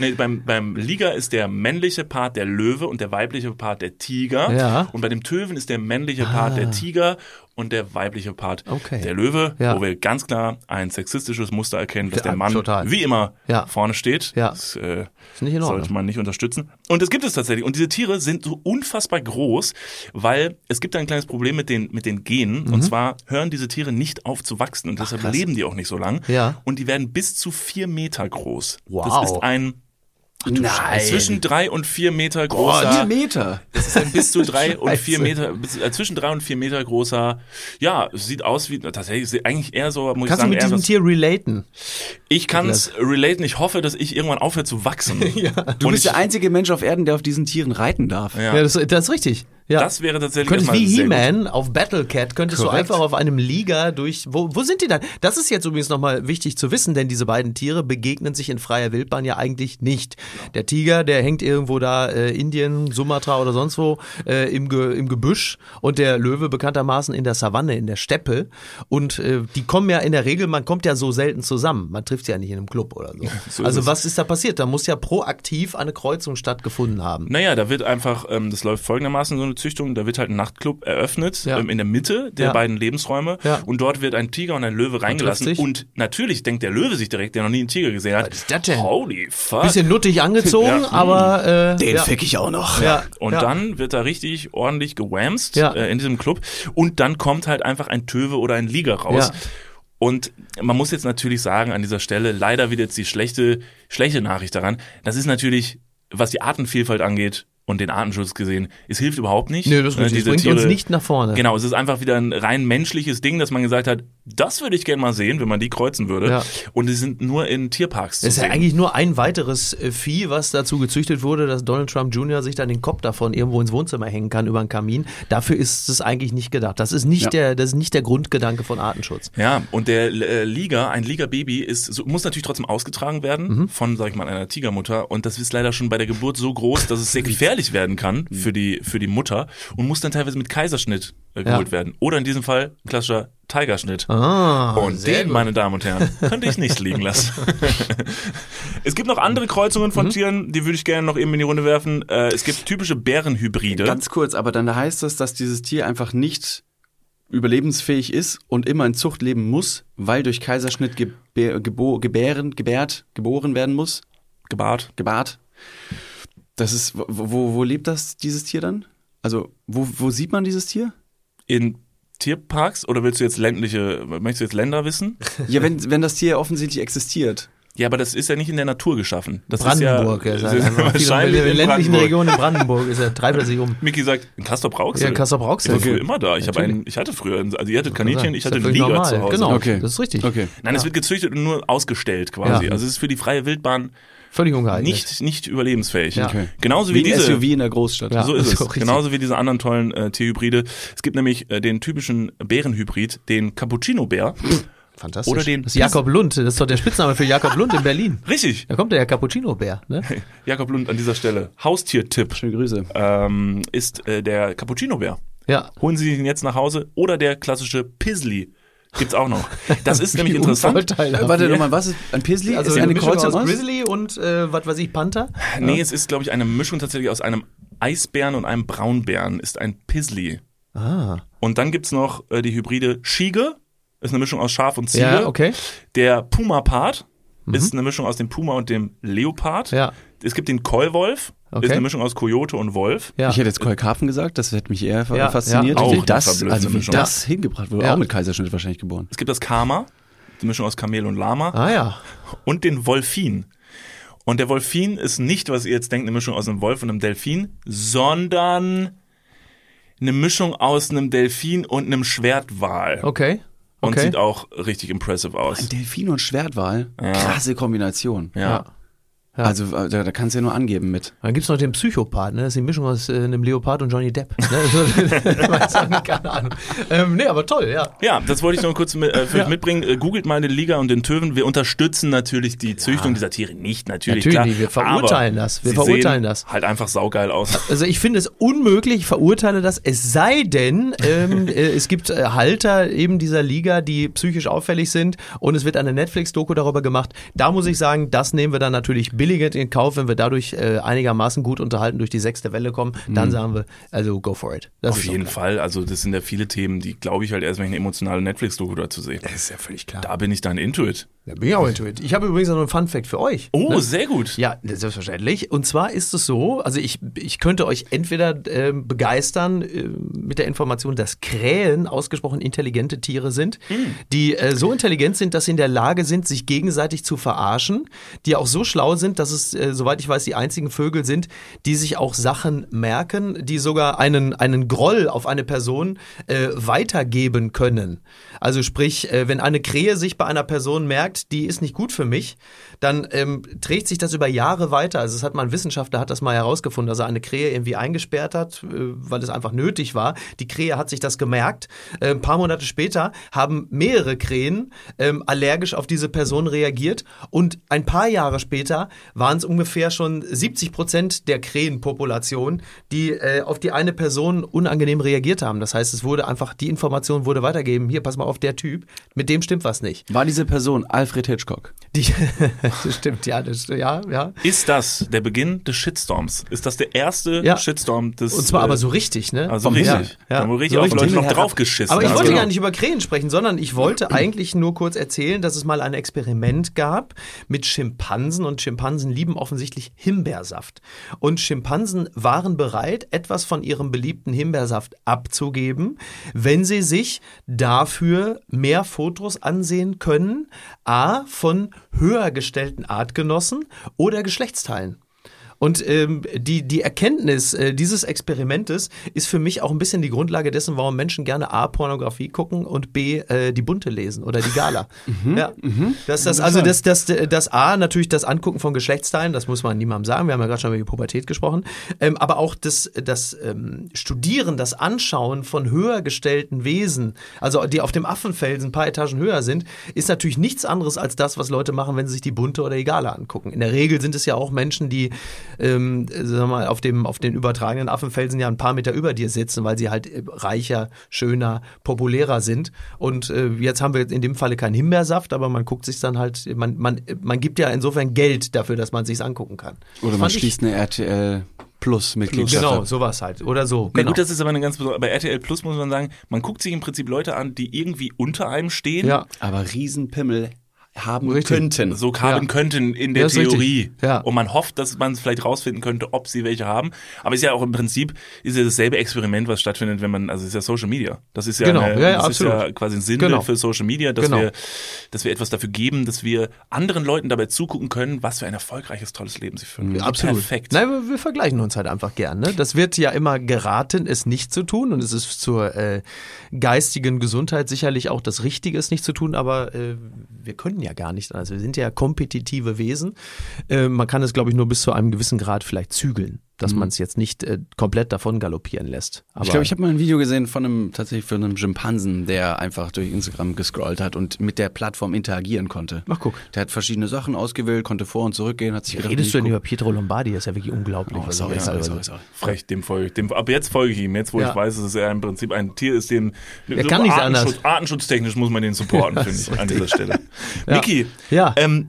Speaker 3: Nee, beim, beim Liga ist der männliche Part der Löwe und der weibliche Part der Tiger.
Speaker 1: Ja. Ah.
Speaker 3: Und bei dem Töven ist der männliche Part der Tiger und der weibliche Part
Speaker 1: Okay.
Speaker 3: der Löwe,
Speaker 1: Ja.
Speaker 3: wo wir ganz klar ein sexistisches Muster erkennen, dass
Speaker 1: Ja,
Speaker 3: der Mann
Speaker 1: total.
Speaker 3: wie immer
Speaker 1: Ja.
Speaker 3: vorne steht.
Speaker 1: Ja.
Speaker 3: Das äh,
Speaker 1: Ist nicht in Ordnung.
Speaker 3: sollte man nicht unterstützen. Und es gibt es tatsächlich. Und diese Tiere sind so unfassbar groß, weil es gibt ein kleines Problem mit den, mit den Genen.
Speaker 1: Mhm.
Speaker 3: Und zwar hören diese Tiere nicht auf zu wachsen und deshalb leben die auch nicht so lang.
Speaker 1: Ja.
Speaker 3: Und die werden bis zu vier Meter groß.
Speaker 1: Wow.
Speaker 3: Das ist ein
Speaker 2: Nein.
Speaker 3: zwischen drei und vier Meter
Speaker 2: Boah, vier
Speaker 3: großer.
Speaker 2: Meter.
Speaker 3: das ist ein bis
Speaker 1: [laughs]
Speaker 3: zu drei und vier
Speaker 1: Scheiße.
Speaker 3: Meter, bis, äh, zwischen drei und vier Meter großer. Ja, sieht aus wie tatsächlich sieht eigentlich eher so, muss
Speaker 1: Kannst
Speaker 3: ich
Speaker 1: du
Speaker 3: sagen,
Speaker 1: mit
Speaker 3: eher
Speaker 1: diesem
Speaker 3: was-
Speaker 1: Tier relaten?
Speaker 3: Ich kann es relaten. Ich hoffe, dass ich irgendwann aufhöre
Speaker 1: [laughs]
Speaker 3: zu wachsen. ja.
Speaker 2: Du bist der einzige Mensch auf Erden, der auf diesen Tieren reiten darf.
Speaker 3: Ja.
Speaker 1: Ja, das, das ist richtig. Ja.
Speaker 3: Das wäre tatsächlich
Speaker 1: Könntest
Speaker 3: erstmal
Speaker 1: wie
Speaker 3: sehr gut.
Speaker 1: He-Man auf Battlecat, könntest
Speaker 2: Korrekt.
Speaker 1: du einfach auf einem Liga durch. Wo, wo sind die dann? Das ist jetzt übrigens nochmal wichtig zu wissen, denn diese beiden Tiere begegnen sich in freier Wildbahn ja eigentlich nicht. Der Tiger, der hängt irgendwo da äh, Indien, Sumatra oder sonst wo äh, im, Ge im Gebüsch und der Löwe bekanntermaßen in der Savanne, in der Steppe. Und äh, die kommen ja in der Regel, man kommt ja so selten zusammen. Man trifft sie ja nicht in einem Club oder so.
Speaker 3: [laughs] so ist
Speaker 1: also
Speaker 3: es.
Speaker 1: was ist da passiert? Da muss ja proaktiv eine Kreuzung stattgefunden haben.
Speaker 3: Naja, da wird einfach, ähm, das läuft folgendermaßen, so eine Züchtung, da wird halt ein Nachtclub eröffnet,
Speaker 1: Ja.
Speaker 3: ähm, in der Mitte der
Speaker 1: Ja.
Speaker 3: beiden Lebensräume
Speaker 1: Ja.
Speaker 3: und dort wird ein Tiger und ein Löwe reingelassen
Speaker 1: sich.
Speaker 3: und natürlich denkt der Löwe sich direkt, der noch nie einen Tiger gesehen hat,
Speaker 1: ist das denn?
Speaker 3: holy fuck.
Speaker 1: Bisschen nuttig angezogen,
Speaker 3: Ah. Ja.
Speaker 1: aber äh,
Speaker 2: Den
Speaker 1: ja.
Speaker 2: fick ich auch noch.
Speaker 1: Ja.
Speaker 3: Und
Speaker 1: ja.
Speaker 3: dann wird da richtig ordentlich gewamst
Speaker 1: Ja.
Speaker 3: äh, in diesem Club. Und dann kommt halt einfach ein Töwe oder ein Liga raus.
Speaker 1: Ja.
Speaker 3: Und man muss jetzt natürlich sagen, an dieser Stelle, leider wieder jetzt die schlechte, schlechte Nachricht daran. Das ist natürlich, was die Artenvielfalt angeht und den Artenschutz gesehen, es hilft überhaupt nicht.
Speaker 1: Nee, das ist
Speaker 3: Äh,
Speaker 1: richtig.
Speaker 3: diese
Speaker 1: Es bringt uns
Speaker 3: Tiere-
Speaker 1: nicht nach vorne.
Speaker 3: Genau, es ist einfach wieder ein rein menschliches Ding, dass man gesagt hat, das würde ich gerne mal sehen, wenn man die kreuzen würde.
Speaker 1: Ja.
Speaker 3: Und die sind nur in Tierparks zu
Speaker 1: Es ist ja
Speaker 3: sehen.
Speaker 1: eigentlich nur ein weiteres äh, Vieh, was dazu gezüchtet wurde, dass Donald Trump Jr. sich dann den Kopf davon irgendwo ins Wohnzimmer hängen kann über einen Kamin. Dafür ist es eigentlich nicht gedacht. Das ist nicht,
Speaker 2: Ja.
Speaker 1: der, das ist nicht der Grundgedanke von Artenschutz.
Speaker 3: Ja, und der äh, Liga, ein Liga-Baby, ist so, muss natürlich trotzdem ausgetragen werden
Speaker 1: Mhm.
Speaker 3: von, sag ich mal, einer Tigermutter. Und das ist leider schon bei der Geburt so groß, dass es sehr gefährlich werden
Speaker 1: Mhm.
Speaker 3: kann für die, für die Mutter und muss dann teilweise mit Kaiserschnitt äh,
Speaker 1: Ja.
Speaker 3: geholt werden. Oder in diesem Fall klassischer Tigerschnitt.
Speaker 1: Ah,
Speaker 3: Und
Speaker 1: sehr
Speaker 3: den,
Speaker 1: gut.
Speaker 3: meine Damen und Herren, könnte ich nicht
Speaker 1: [laughs]
Speaker 3: liegen lassen. es gibt noch andere Kreuzungen
Speaker 1: Mhm.
Speaker 3: von Tieren, die würde ich gerne noch eben in die Runde werfen. Äh, es gibt typische Bärenhybride.
Speaker 2: Ganz kurz, aber dann heißt das, dass dieses Tier einfach nicht überlebensfähig ist und immer in Zucht leben muss, weil durch Kaiserschnitt gebär, gebo, gebären, gebärt, geboren werden muss,
Speaker 3: gebart.
Speaker 2: gebart. Das ist, wo, wo, wo lebt das, dieses Tier dann? Also, wo, wo sieht man dieses Tier?
Speaker 3: In Tierparks oder willst du jetzt ländliche, möchtest du jetzt Länder wissen?
Speaker 2: Ja, wenn, wenn das Tier offensichtlich existiert.
Speaker 3: Ja, aber das ist ja nicht in der Natur geschaffen. Das
Speaker 1: Brandenburg. er
Speaker 3: ist ja, [laughs]
Speaker 1: sagt
Speaker 3: das ist
Speaker 1: einfach, viele-
Speaker 3: wahrscheinlich
Speaker 1: in der
Speaker 3: in
Speaker 1: ländlichen
Speaker 3: Brandenburg.
Speaker 1: Region in Brandenburg ist er, treibt er sich um.
Speaker 3: Micky sagt, in Castor Brauxel.
Speaker 1: Ja, in Castrop-Rauxel.
Speaker 3: Ich war früher
Speaker 1: Okay.
Speaker 3: immer da. Ich, hab einen, ich hatte früher, einen- also ihr hattet Kaninchen, ich
Speaker 1: Ist ja
Speaker 3: hatte einen
Speaker 1: völlig
Speaker 3: Liga
Speaker 1: normal.
Speaker 3: zu Hause.
Speaker 1: Genau,
Speaker 2: Okay.
Speaker 1: das ist richtig.
Speaker 2: Okay.
Speaker 3: Nein, es wird gezüchtet und nur ausgestellt quasi.
Speaker 1: Ja.
Speaker 3: Also es ist für die freie Wildbahn
Speaker 1: Völlig ungeeignet.
Speaker 3: nicht, nicht überlebensfähig.
Speaker 1: Ja.
Speaker 2: Okay.
Speaker 3: Genauso wie,
Speaker 2: Wie ein
Speaker 3: diese.
Speaker 2: SUV in der Großstadt.
Speaker 1: Ja.
Speaker 3: So ist
Speaker 1: so
Speaker 3: es.
Speaker 1: richtig.
Speaker 3: Genauso wie diese anderen tollen äh, Tierhybride. Es gibt nämlich äh, den typischen Bärenhybrid, den Cappuccino-Bär.
Speaker 1: Fantastisch.
Speaker 3: Oder den-
Speaker 1: das ist Jakob Lund, das ist doch der Spitzname für Jakob Lund in Berlin.
Speaker 3: Richtig.
Speaker 1: Da kommt der Cappuccino-Bär. Ne?
Speaker 3: Jakob Lund an dieser Stelle. Haustiertipp
Speaker 2: Schöne Grüße.
Speaker 3: ähm, ist äh, der Cappuccino-Bär.
Speaker 1: Ja.
Speaker 3: holen Sie ihn jetzt nach Hause oder der klassische Pizzly gibt's auch noch.
Speaker 1: [laughs]
Speaker 3: Das ist nämlich
Speaker 1: Wie
Speaker 3: interessant.
Speaker 1: unvorteilhaft.
Speaker 2: Warte nochmal, was ist ein Pisli?
Speaker 1: Also
Speaker 2: ist ja
Speaker 1: eine
Speaker 2: eine
Speaker 1: Mischung
Speaker 2: Kreuzung
Speaker 1: aus
Speaker 2: aus?
Speaker 1: Grizzly und äh, was weiß ich, Panther.
Speaker 3: Nee, es ist glaube ich eine Mischung tatsächlich aus einem Eisbären und einem Braunbären ist ein Pizzly.
Speaker 1: Ah.
Speaker 3: Und dann gibt's noch äh, die Hybride Schiege ist eine Mischung aus Schaf und Ziege.
Speaker 1: Ja, okay. Mhm.
Speaker 3: Der Puma-Part ist eine Mischung aus dem Puma und dem Leopard.
Speaker 1: Ja.
Speaker 3: Es gibt den Kollwolf,
Speaker 1: Okay.
Speaker 3: ist eine Mischung aus Kojote und Wolf.
Speaker 1: Ja.
Speaker 2: Ich hätte jetzt Kolkarfen gesagt, das hätte mich eher
Speaker 1: Ja,
Speaker 2: fasziniert.
Speaker 1: ja.
Speaker 3: Auch
Speaker 2: wie
Speaker 3: eine
Speaker 2: das,
Speaker 3: verblüffende
Speaker 2: also wie
Speaker 3: Mischung.
Speaker 2: das hingebracht wurde,
Speaker 1: Ja.
Speaker 2: auch mit Kaiserschnitt wahrscheinlich geboren.
Speaker 3: Es gibt das Kama, die Mischung aus Kamel und Lama.
Speaker 1: Ah ja.
Speaker 3: und den Wolfin. Und der Wolfin ist nicht, was ihr jetzt denkt, eine Mischung aus einem Wolf und einem Delfin, sondern eine Mischung aus einem Delfin und einem Schwertwal.
Speaker 1: Okay.
Speaker 3: Und
Speaker 1: Okay.
Speaker 3: sieht auch richtig impressive
Speaker 2: Ein
Speaker 3: aus.
Speaker 2: Delfin und Schwertwal, krasse Kombination.
Speaker 3: Ja.
Speaker 1: Ja.
Speaker 2: Also äh, da, da kannst du ja nur angeben mit.
Speaker 1: Dann gibt's noch den Psychopath, ne? Das ist die Mischung aus äh, einem Leopard und Johnny [laughs] Depp. Ne? Weiß auch nicht, Keine Ahnung. Ähm, nee, aber toll, ja.
Speaker 3: Ja, das wollte ich noch kurz mit,
Speaker 1: [laughs]
Speaker 3: äh, für euch mitbringen. Äh, googelt mal den Liga und den Töven. Wir unterstützen natürlich die Züchtung dieser Tiere nicht, natürlich.
Speaker 1: Natürlich
Speaker 3: klar,
Speaker 1: nicht. Wir verurteilen
Speaker 3: aber
Speaker 1: das. Wir
Speaker 3: sie
Speaker 1: verurteilen
Speaker 3: sehen
Speaker 1: das.
Speaker 3: Halt einfach saugeil aus.
Speaker 1: Also ich finde es unmöglich, ich verurteile das, es sei denn, [laughs] ähm, äh, es gibt äh, Halter eben dieser Liga, die psychisch auffällig sind und es wird eine Netflix-Doku darüber gemacht. Da muss ich sagen, das nehmen wir dann natürlich billigend in Kauf, wenn wir dadurch äh, einigermaßen gut unterhalten durch die sechste Welle kommen, dann sagen wir, also go for it. Das
Speaker 3: Auf
Speaker 1: ist
Speaker 3: jeden
Speaker 1: okay.
Speaker 3: Fall. Also, das sind ja viele Themen, die glaube ich halt erst, wenn ich eine emotionale Netflix-Doku dazu sehe.
Speaker 1: Das ist ja völlig klar.
Speaker 3: Da bin ich dann Intuit.
Speaker 1: Da bin ich auch intuit. Ich habe übrigens noch einen Fun-Fact für euch.
Speaker 3: Oh, sehr gut.
Speaker 1: Ne? Ja, selbstverständlich. Und zwar ist es so, also ich, ich könnte euch entweder ähm, begeistern ähm, mit der Information, dass Krähen ausgesprochen intelligente Tiere sind, die äh, so intelligent sind, dass sie in der Lage sind, sich gegenseitig zu verarschen, die auch so schlau sind, dass es, äh, soweit ich weiß, die einzigen Vögel sind, die sich auch Sachen merken, die sogar einen, einen Groll auf eine Person äh, weitergeben können. Also sprich, äh, wenn eine Krähe sich bei einer Person merkt, die ist nicht gut für mich, dann ähm, trägt sich das über Jahre weiter. Also es hat mal ein Wissenschaftler hat das mal herausgefunden, dass er eine Krähe irgendwie eingesperrt hat, äh, weil es einfach nötig war. Die Krähe hat sich das gemerkt. Äh, ein paar Monate später haben mehrere Krähen ähm, allergisch auf diese Person reagiert und ein paar Jahre später waren es ungefähr schon 70 Prozent der Krähenpopulation, die äh, auf die eine Person unangenehm reagiert haben. Das heißt, es wurde einfach die Information wurde weitergegeben. Hier, pass mal auf, der Typ, mit dem stimmt was nicht.
Speaker 2: War diese Person Alfred Hitchcock?
Speaker 1: Die, [laughs] das stimmt, ja, das, ja, ja.
Speaker 3: Ist das der Beginn des Shitstorms? Ist das der erste
Speaker 1: Ja.
Speaker 3: Shitstorm des.
Speaker 1: Und zwar aber
Speaker 3: äh,
Speaker 1: so richtig, ne?
Speaker 3: Also
Speaker 1: Vom
Speaker 3: richtig.
Speaker 1: Himmel. Ja.
Speaker 3: Da wurde richtig
Speaker 1: So
Speaker 3: auf
Speaker 1: richtig
Speaker 3: Leute noch
Speaker 1: herab.
Speaker 3: draufgeschissen.
Speaker 1: Aber ich
Speaker 3: Also
Speaker 1: wollte
Speaker 3: genau.
Speaker 1: gar nicht über Krähen sprechen, sondern ich wollte eigentlich nur kurz erzählen, dass es mal ein Experiment gab mit Schimpansen und Schimpansen lieben offensichtlich Himbeersaft. Und Schimpansen waren bereit, etwas von ihrem beliebten Himbeersaft abzugeben, wenn sie sich dafür mehr Fotos ansehen können, a, von höher gestellten Artgenossen oder Geschlechtsteilen. Und ähm, die, die Erkenntnis äh, dieses Experimentes ist für mich auch ein bisschen die Grundlage dessen, warum Menschen gerne A, Pornografie gucken und B, äh, die Bunte lesen oder die Gala. ja. das, das, also das, das, das A, natürlich das Angucken von Geschlechtsteilen, das muss man niemandem sagen, wir haben ja gerade schon über die Pubertät gesprochen, ähm, aber auch das, das ähm, Studieren, das Anschauen von höher gestellten Wesen, also die auf dem Affenfelsen ein paar Etagen höher sind, ist natürlich nichts anderes als das, was Leute machen, wenn sie sich die Bunte oder die Gala angucken. In der Regel sind es ja auch Menschen, die ähm, äh, sagen wir mal, auf, dem, auf den übertragenen Affenfelsen ja ein paar Meter über dir sitzen, weil sie halt äh, reicher, schöner, populärer sind. Und äh, jetzt haben wir in dem Falle keinen Himbeersaft, aber man guckt sich dann halt, man, man, man gibt ja insofern Geld dafür, dass man sich's angucken kann. Das
Speaker 2: Oder man
Speaker 1: fand ich-
Speaker 2: schließt eine RTL Plus Mitgliedschaft.
Speaker 1: Genau,
Speaker 2: ab.
Speaker 1: sowas halt. Oder so.
Speaker 3: Na
Speaker 1: Genau.
Speaker 3: gut, das ist aber eine ganz besondere. Bei RTL Plus muss man sagen, man guckt sich im Prinzip Leute an, die irgendwie unter einem stehen.
Speaker 1: Genau. ja.
Speaker 2: Aber Riesenpimmel haben
Speaker 1: Richtig.
Speaker 2: könnten.
Speaker 3: So
Speaker 1: Ja.
Speaker 3: haben könnten in der
Speaker 1: Ja, ist
Speaker 3: Theorie.
Speaker 1: richtig. Ja.
Speaker 3: Und man hofft, dass man es vielleicht rausfinden könnte, ob sie welche haben. Aber ist ja auch im Prinzip ist ja dasselbe Experiment, was stattfindet, wenn man, also es ist ja Social Media. Das ist ja,
Speaker 1: Genau.
Speaker 3: eine,
Speaker 1: Ja, ja,
Speaker 3: das ist ja
Speaker 1: absolut.
Speaker 3: quasi ein Sinnbild
Speaker 1: Genau.
Speaker 3: für Social Media, dass,
Speaker 1: Genau.
Speaker 3: wir, dass wir etwas dafür geben, dass wir anderen Leuten dabei zugucken können, was für ein erfolgreiches, tolles Leben sie führen. Wie
Speaker 1: Mhm. Absolut.
Speaker 3: Perfekt.
Speaker 1: Nein, wir, wir vergleichen uns halt einfach gern. Ne? Das wird ja immer geraten, es nicht zu tun. Und es ist zur äh, geistigen Gesundheit sicherlich auch das Richtige, es nicht zu tun. Aber äh, wir können ja gar nicht anders. Wir sind ja kompetitive Wesen. Äh, man kann es, glaube ich, nur bis zu einem gewissen Grad vielleicht zügeln, dass man es jetzt nicht äh, komplett davon galoppieren lässt. Aber
Speaker 2: ich glaube, ich habe mal ein Video gesehen von einem tatsächlich von einem Schimpansen, der einfach durch Instagram gescrollt hat und mit der Plattform interagieren konnte.
Speaker 1: Ach, guck.
Speaker 2: Der hat verschiedene Sachen ausgewählt, konnte vor und zurückgehen, hat sich gedacht,
Speaker 1: redest du
Speaker 2: nee,
Speaker 1: denn über
Speaker 2: guck-
Speaker 1: Pietro Lombardi? Das ist ja wirklich unglaublich.
Speaker 2: Oh,
Speaker 1: was
Speaker 2: sorry,
Speaker 1: er
Speaker 2: sorry,
Speaker 1: alles-
Speaker 2: sorry, sorry.
Speaker 3: Frech, dem folge ich. Dem, ab jetzt folge ich ihm. Jetzt, wo
Speaker 1: Ja.
Speaker 3: ich weiß, dass er im Prinzip ein Tier ist, dem
Speaker 1: Er kann nicht anders. [laughs]
Speaker 3: artenschutztechnisch muss man den supporten, finde ich, an dieser Stelle. Niki,
Speaker 1: Ja.
Speaker 3: ähm,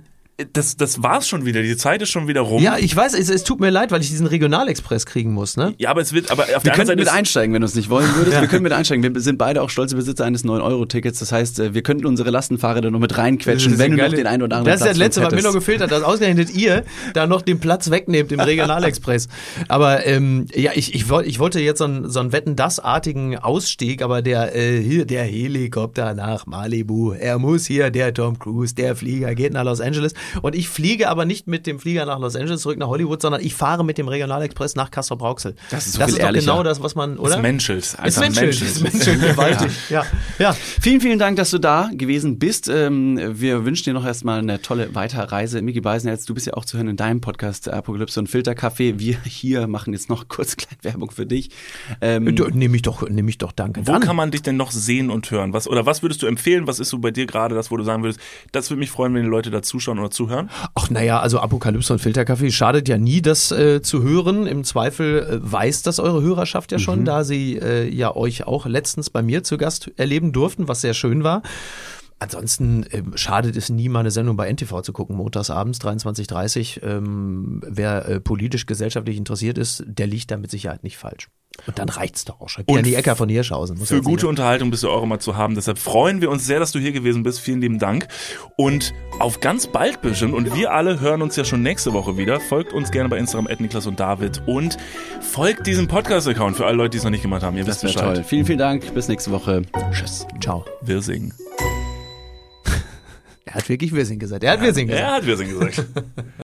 Speaker 3: das, das war's schon wieder. Die Zeit ist schon wieder rum.
Speaker 1: Ja, ich weiß, es, es tut mir leid, weil ich diesen Regionalexpress kriegen muss, ne?
Speaker 3: Ja, aber es wird, aber
Speaker 2: Wir
Speaker 3: auf der anderen
Speaker 2: könnten
Speaker 3: Seite
Speaker 2: mit
Speaker 3: ist,
Speaker 2: einsteigen, wenn du es
Speaker 1: [laughs]
Speaker 2: nicht wollen würdest. Wir können mit einsteigen. Wir sind beide auch stolze Besitzer eines 9-Euro-Tickets. Das heißt, äh, wir könnten unsere Lastenfahrräder noch mit reinquetschen,
Speaker 1: Das ist
Speaker 2: wenn
Speaker 1: eine
Speaker 2: du noch
Speaker 1: geile-
Speaker 2: den einen oder anderen
Speaker 1: Das ist das
Speaker 2: Platz
Speaker 1: Letzte, was mir
Speaker 2: hättest.
Speaker 1: noch gefehlt hat, dass ausgerechnet ihr da noch den Platz wegnehmt
Speaker 2: [laughs]
Speaker 1: im Regionalexpress. aber ähm, ja, ich, ich, woll, ich wollte jetzt so einen, so einen Wetten-Das-artigen Ausstieg, aber der, äh, hier, der Helikopter nach Malibu, er muss hier, der Tom Cruise, der Flieger geht nach Los Angeles. Und ich fliege aber nicht mit dem Flieger nach Los Angeles zurück nach Hollywood, sondern ich fahre mit dem Regionalexpress nach Kassel-Brauxel.
Speaker 2: Das ist so
Speaker 1: das
Speaker 2: viel
Speaker 1: ist doch
Speaker 2: ehrlicher.
Speaker 1: genau das, was man, oder?
Speaker 3: es menschelt.
Speaker 1: Es
Speaker 3: Einfach
Speaker 1: menschelt, es
Speaker 3: menschelt.
Speaker 1: menschelt
Speaker 2: [laughs]
Speaker 3: [laughs]
Speaker 1: gewaltig. Ja. Ja.
Speaker 2: Vielen, vielen Dank, dass du da gewesen bist. Ähm, wir wünschen dir noch erstmal eine tolle Weiterreise. Micky Beisenherz, du bist ja auch zu hören in deinem Podcast äh, Apokalypse und Filterkaffee. Wir hier machen jetzt noch kurz kleine Werbung für dich. Ähm,
Speaker 1: Du, Nehme ich doch, nehme ich doch danke.
Speaker 3: Wo
Speaker 1: an.
Speaker 3: kann man dich denn noch sehen und hören? Was, oder was würdest du empfehlen? Was ist so bei dir gerade das, wo du sagen würdest, das würde mich freuen, wenn die Leute da zuschauen oder zuhören?
Speaker 1: Ach naja, also Apokalypse und Filterkaffee schadet ja nie, das äh, zu hören. Im Zweifel äh, weiß das eure Hörerschaft ja
Speaker 3: Mhm.
Speaker 1: schon, da sie äh, ja euch auch letztens bei mir zu Gast erleben durften, was sehr schön war. Ansonsten ähm, schadet es nie, meine Sendung bei NTV zu gucken, montags abends 23.30 Ähm, wer äh, politisch, gesellschaftlich interessiert ist, der liegt da mit Sicherheit nicht falsch. Und dann reicht's doch auch schon.
Speaker 3: Und
Speaker 1: Ja, die Äcker von Hirschhausen. muss
Speaker 3: Für
Speaker 1: jetzt nicht-
Speaker 3: gute Unterhaltung bist du auch immer zu haben. Deshalb freuen wir uns sehr, dass du hier gewesen bist. Vielen lieben Dank. Und auf ganz bald bestimmt. Und wir alle hören uns ja schon nächste Woche wieder. Folgt uns gerne bei Instagram, Niklas und David. Und folgt diesem Podcast-Account für alle Leute, die es noch nicht gemacht haben. Ihr
Speaker 2: das
Speaker 3: wisst
Speaker 2: wäre
Speaker 3: Bescheid.
Speaker 2: toll. Vielen, vielen Dank. Bis nächste Woche.
Speaker 1: Tschüss. Ciao.
Speaker 3: Wir singen.
Speaker 1: Er hat wirklich Wirsing gesagt. Er hat Wirsing gesagt.
Speaker 3: Er hat wir singen gesagt.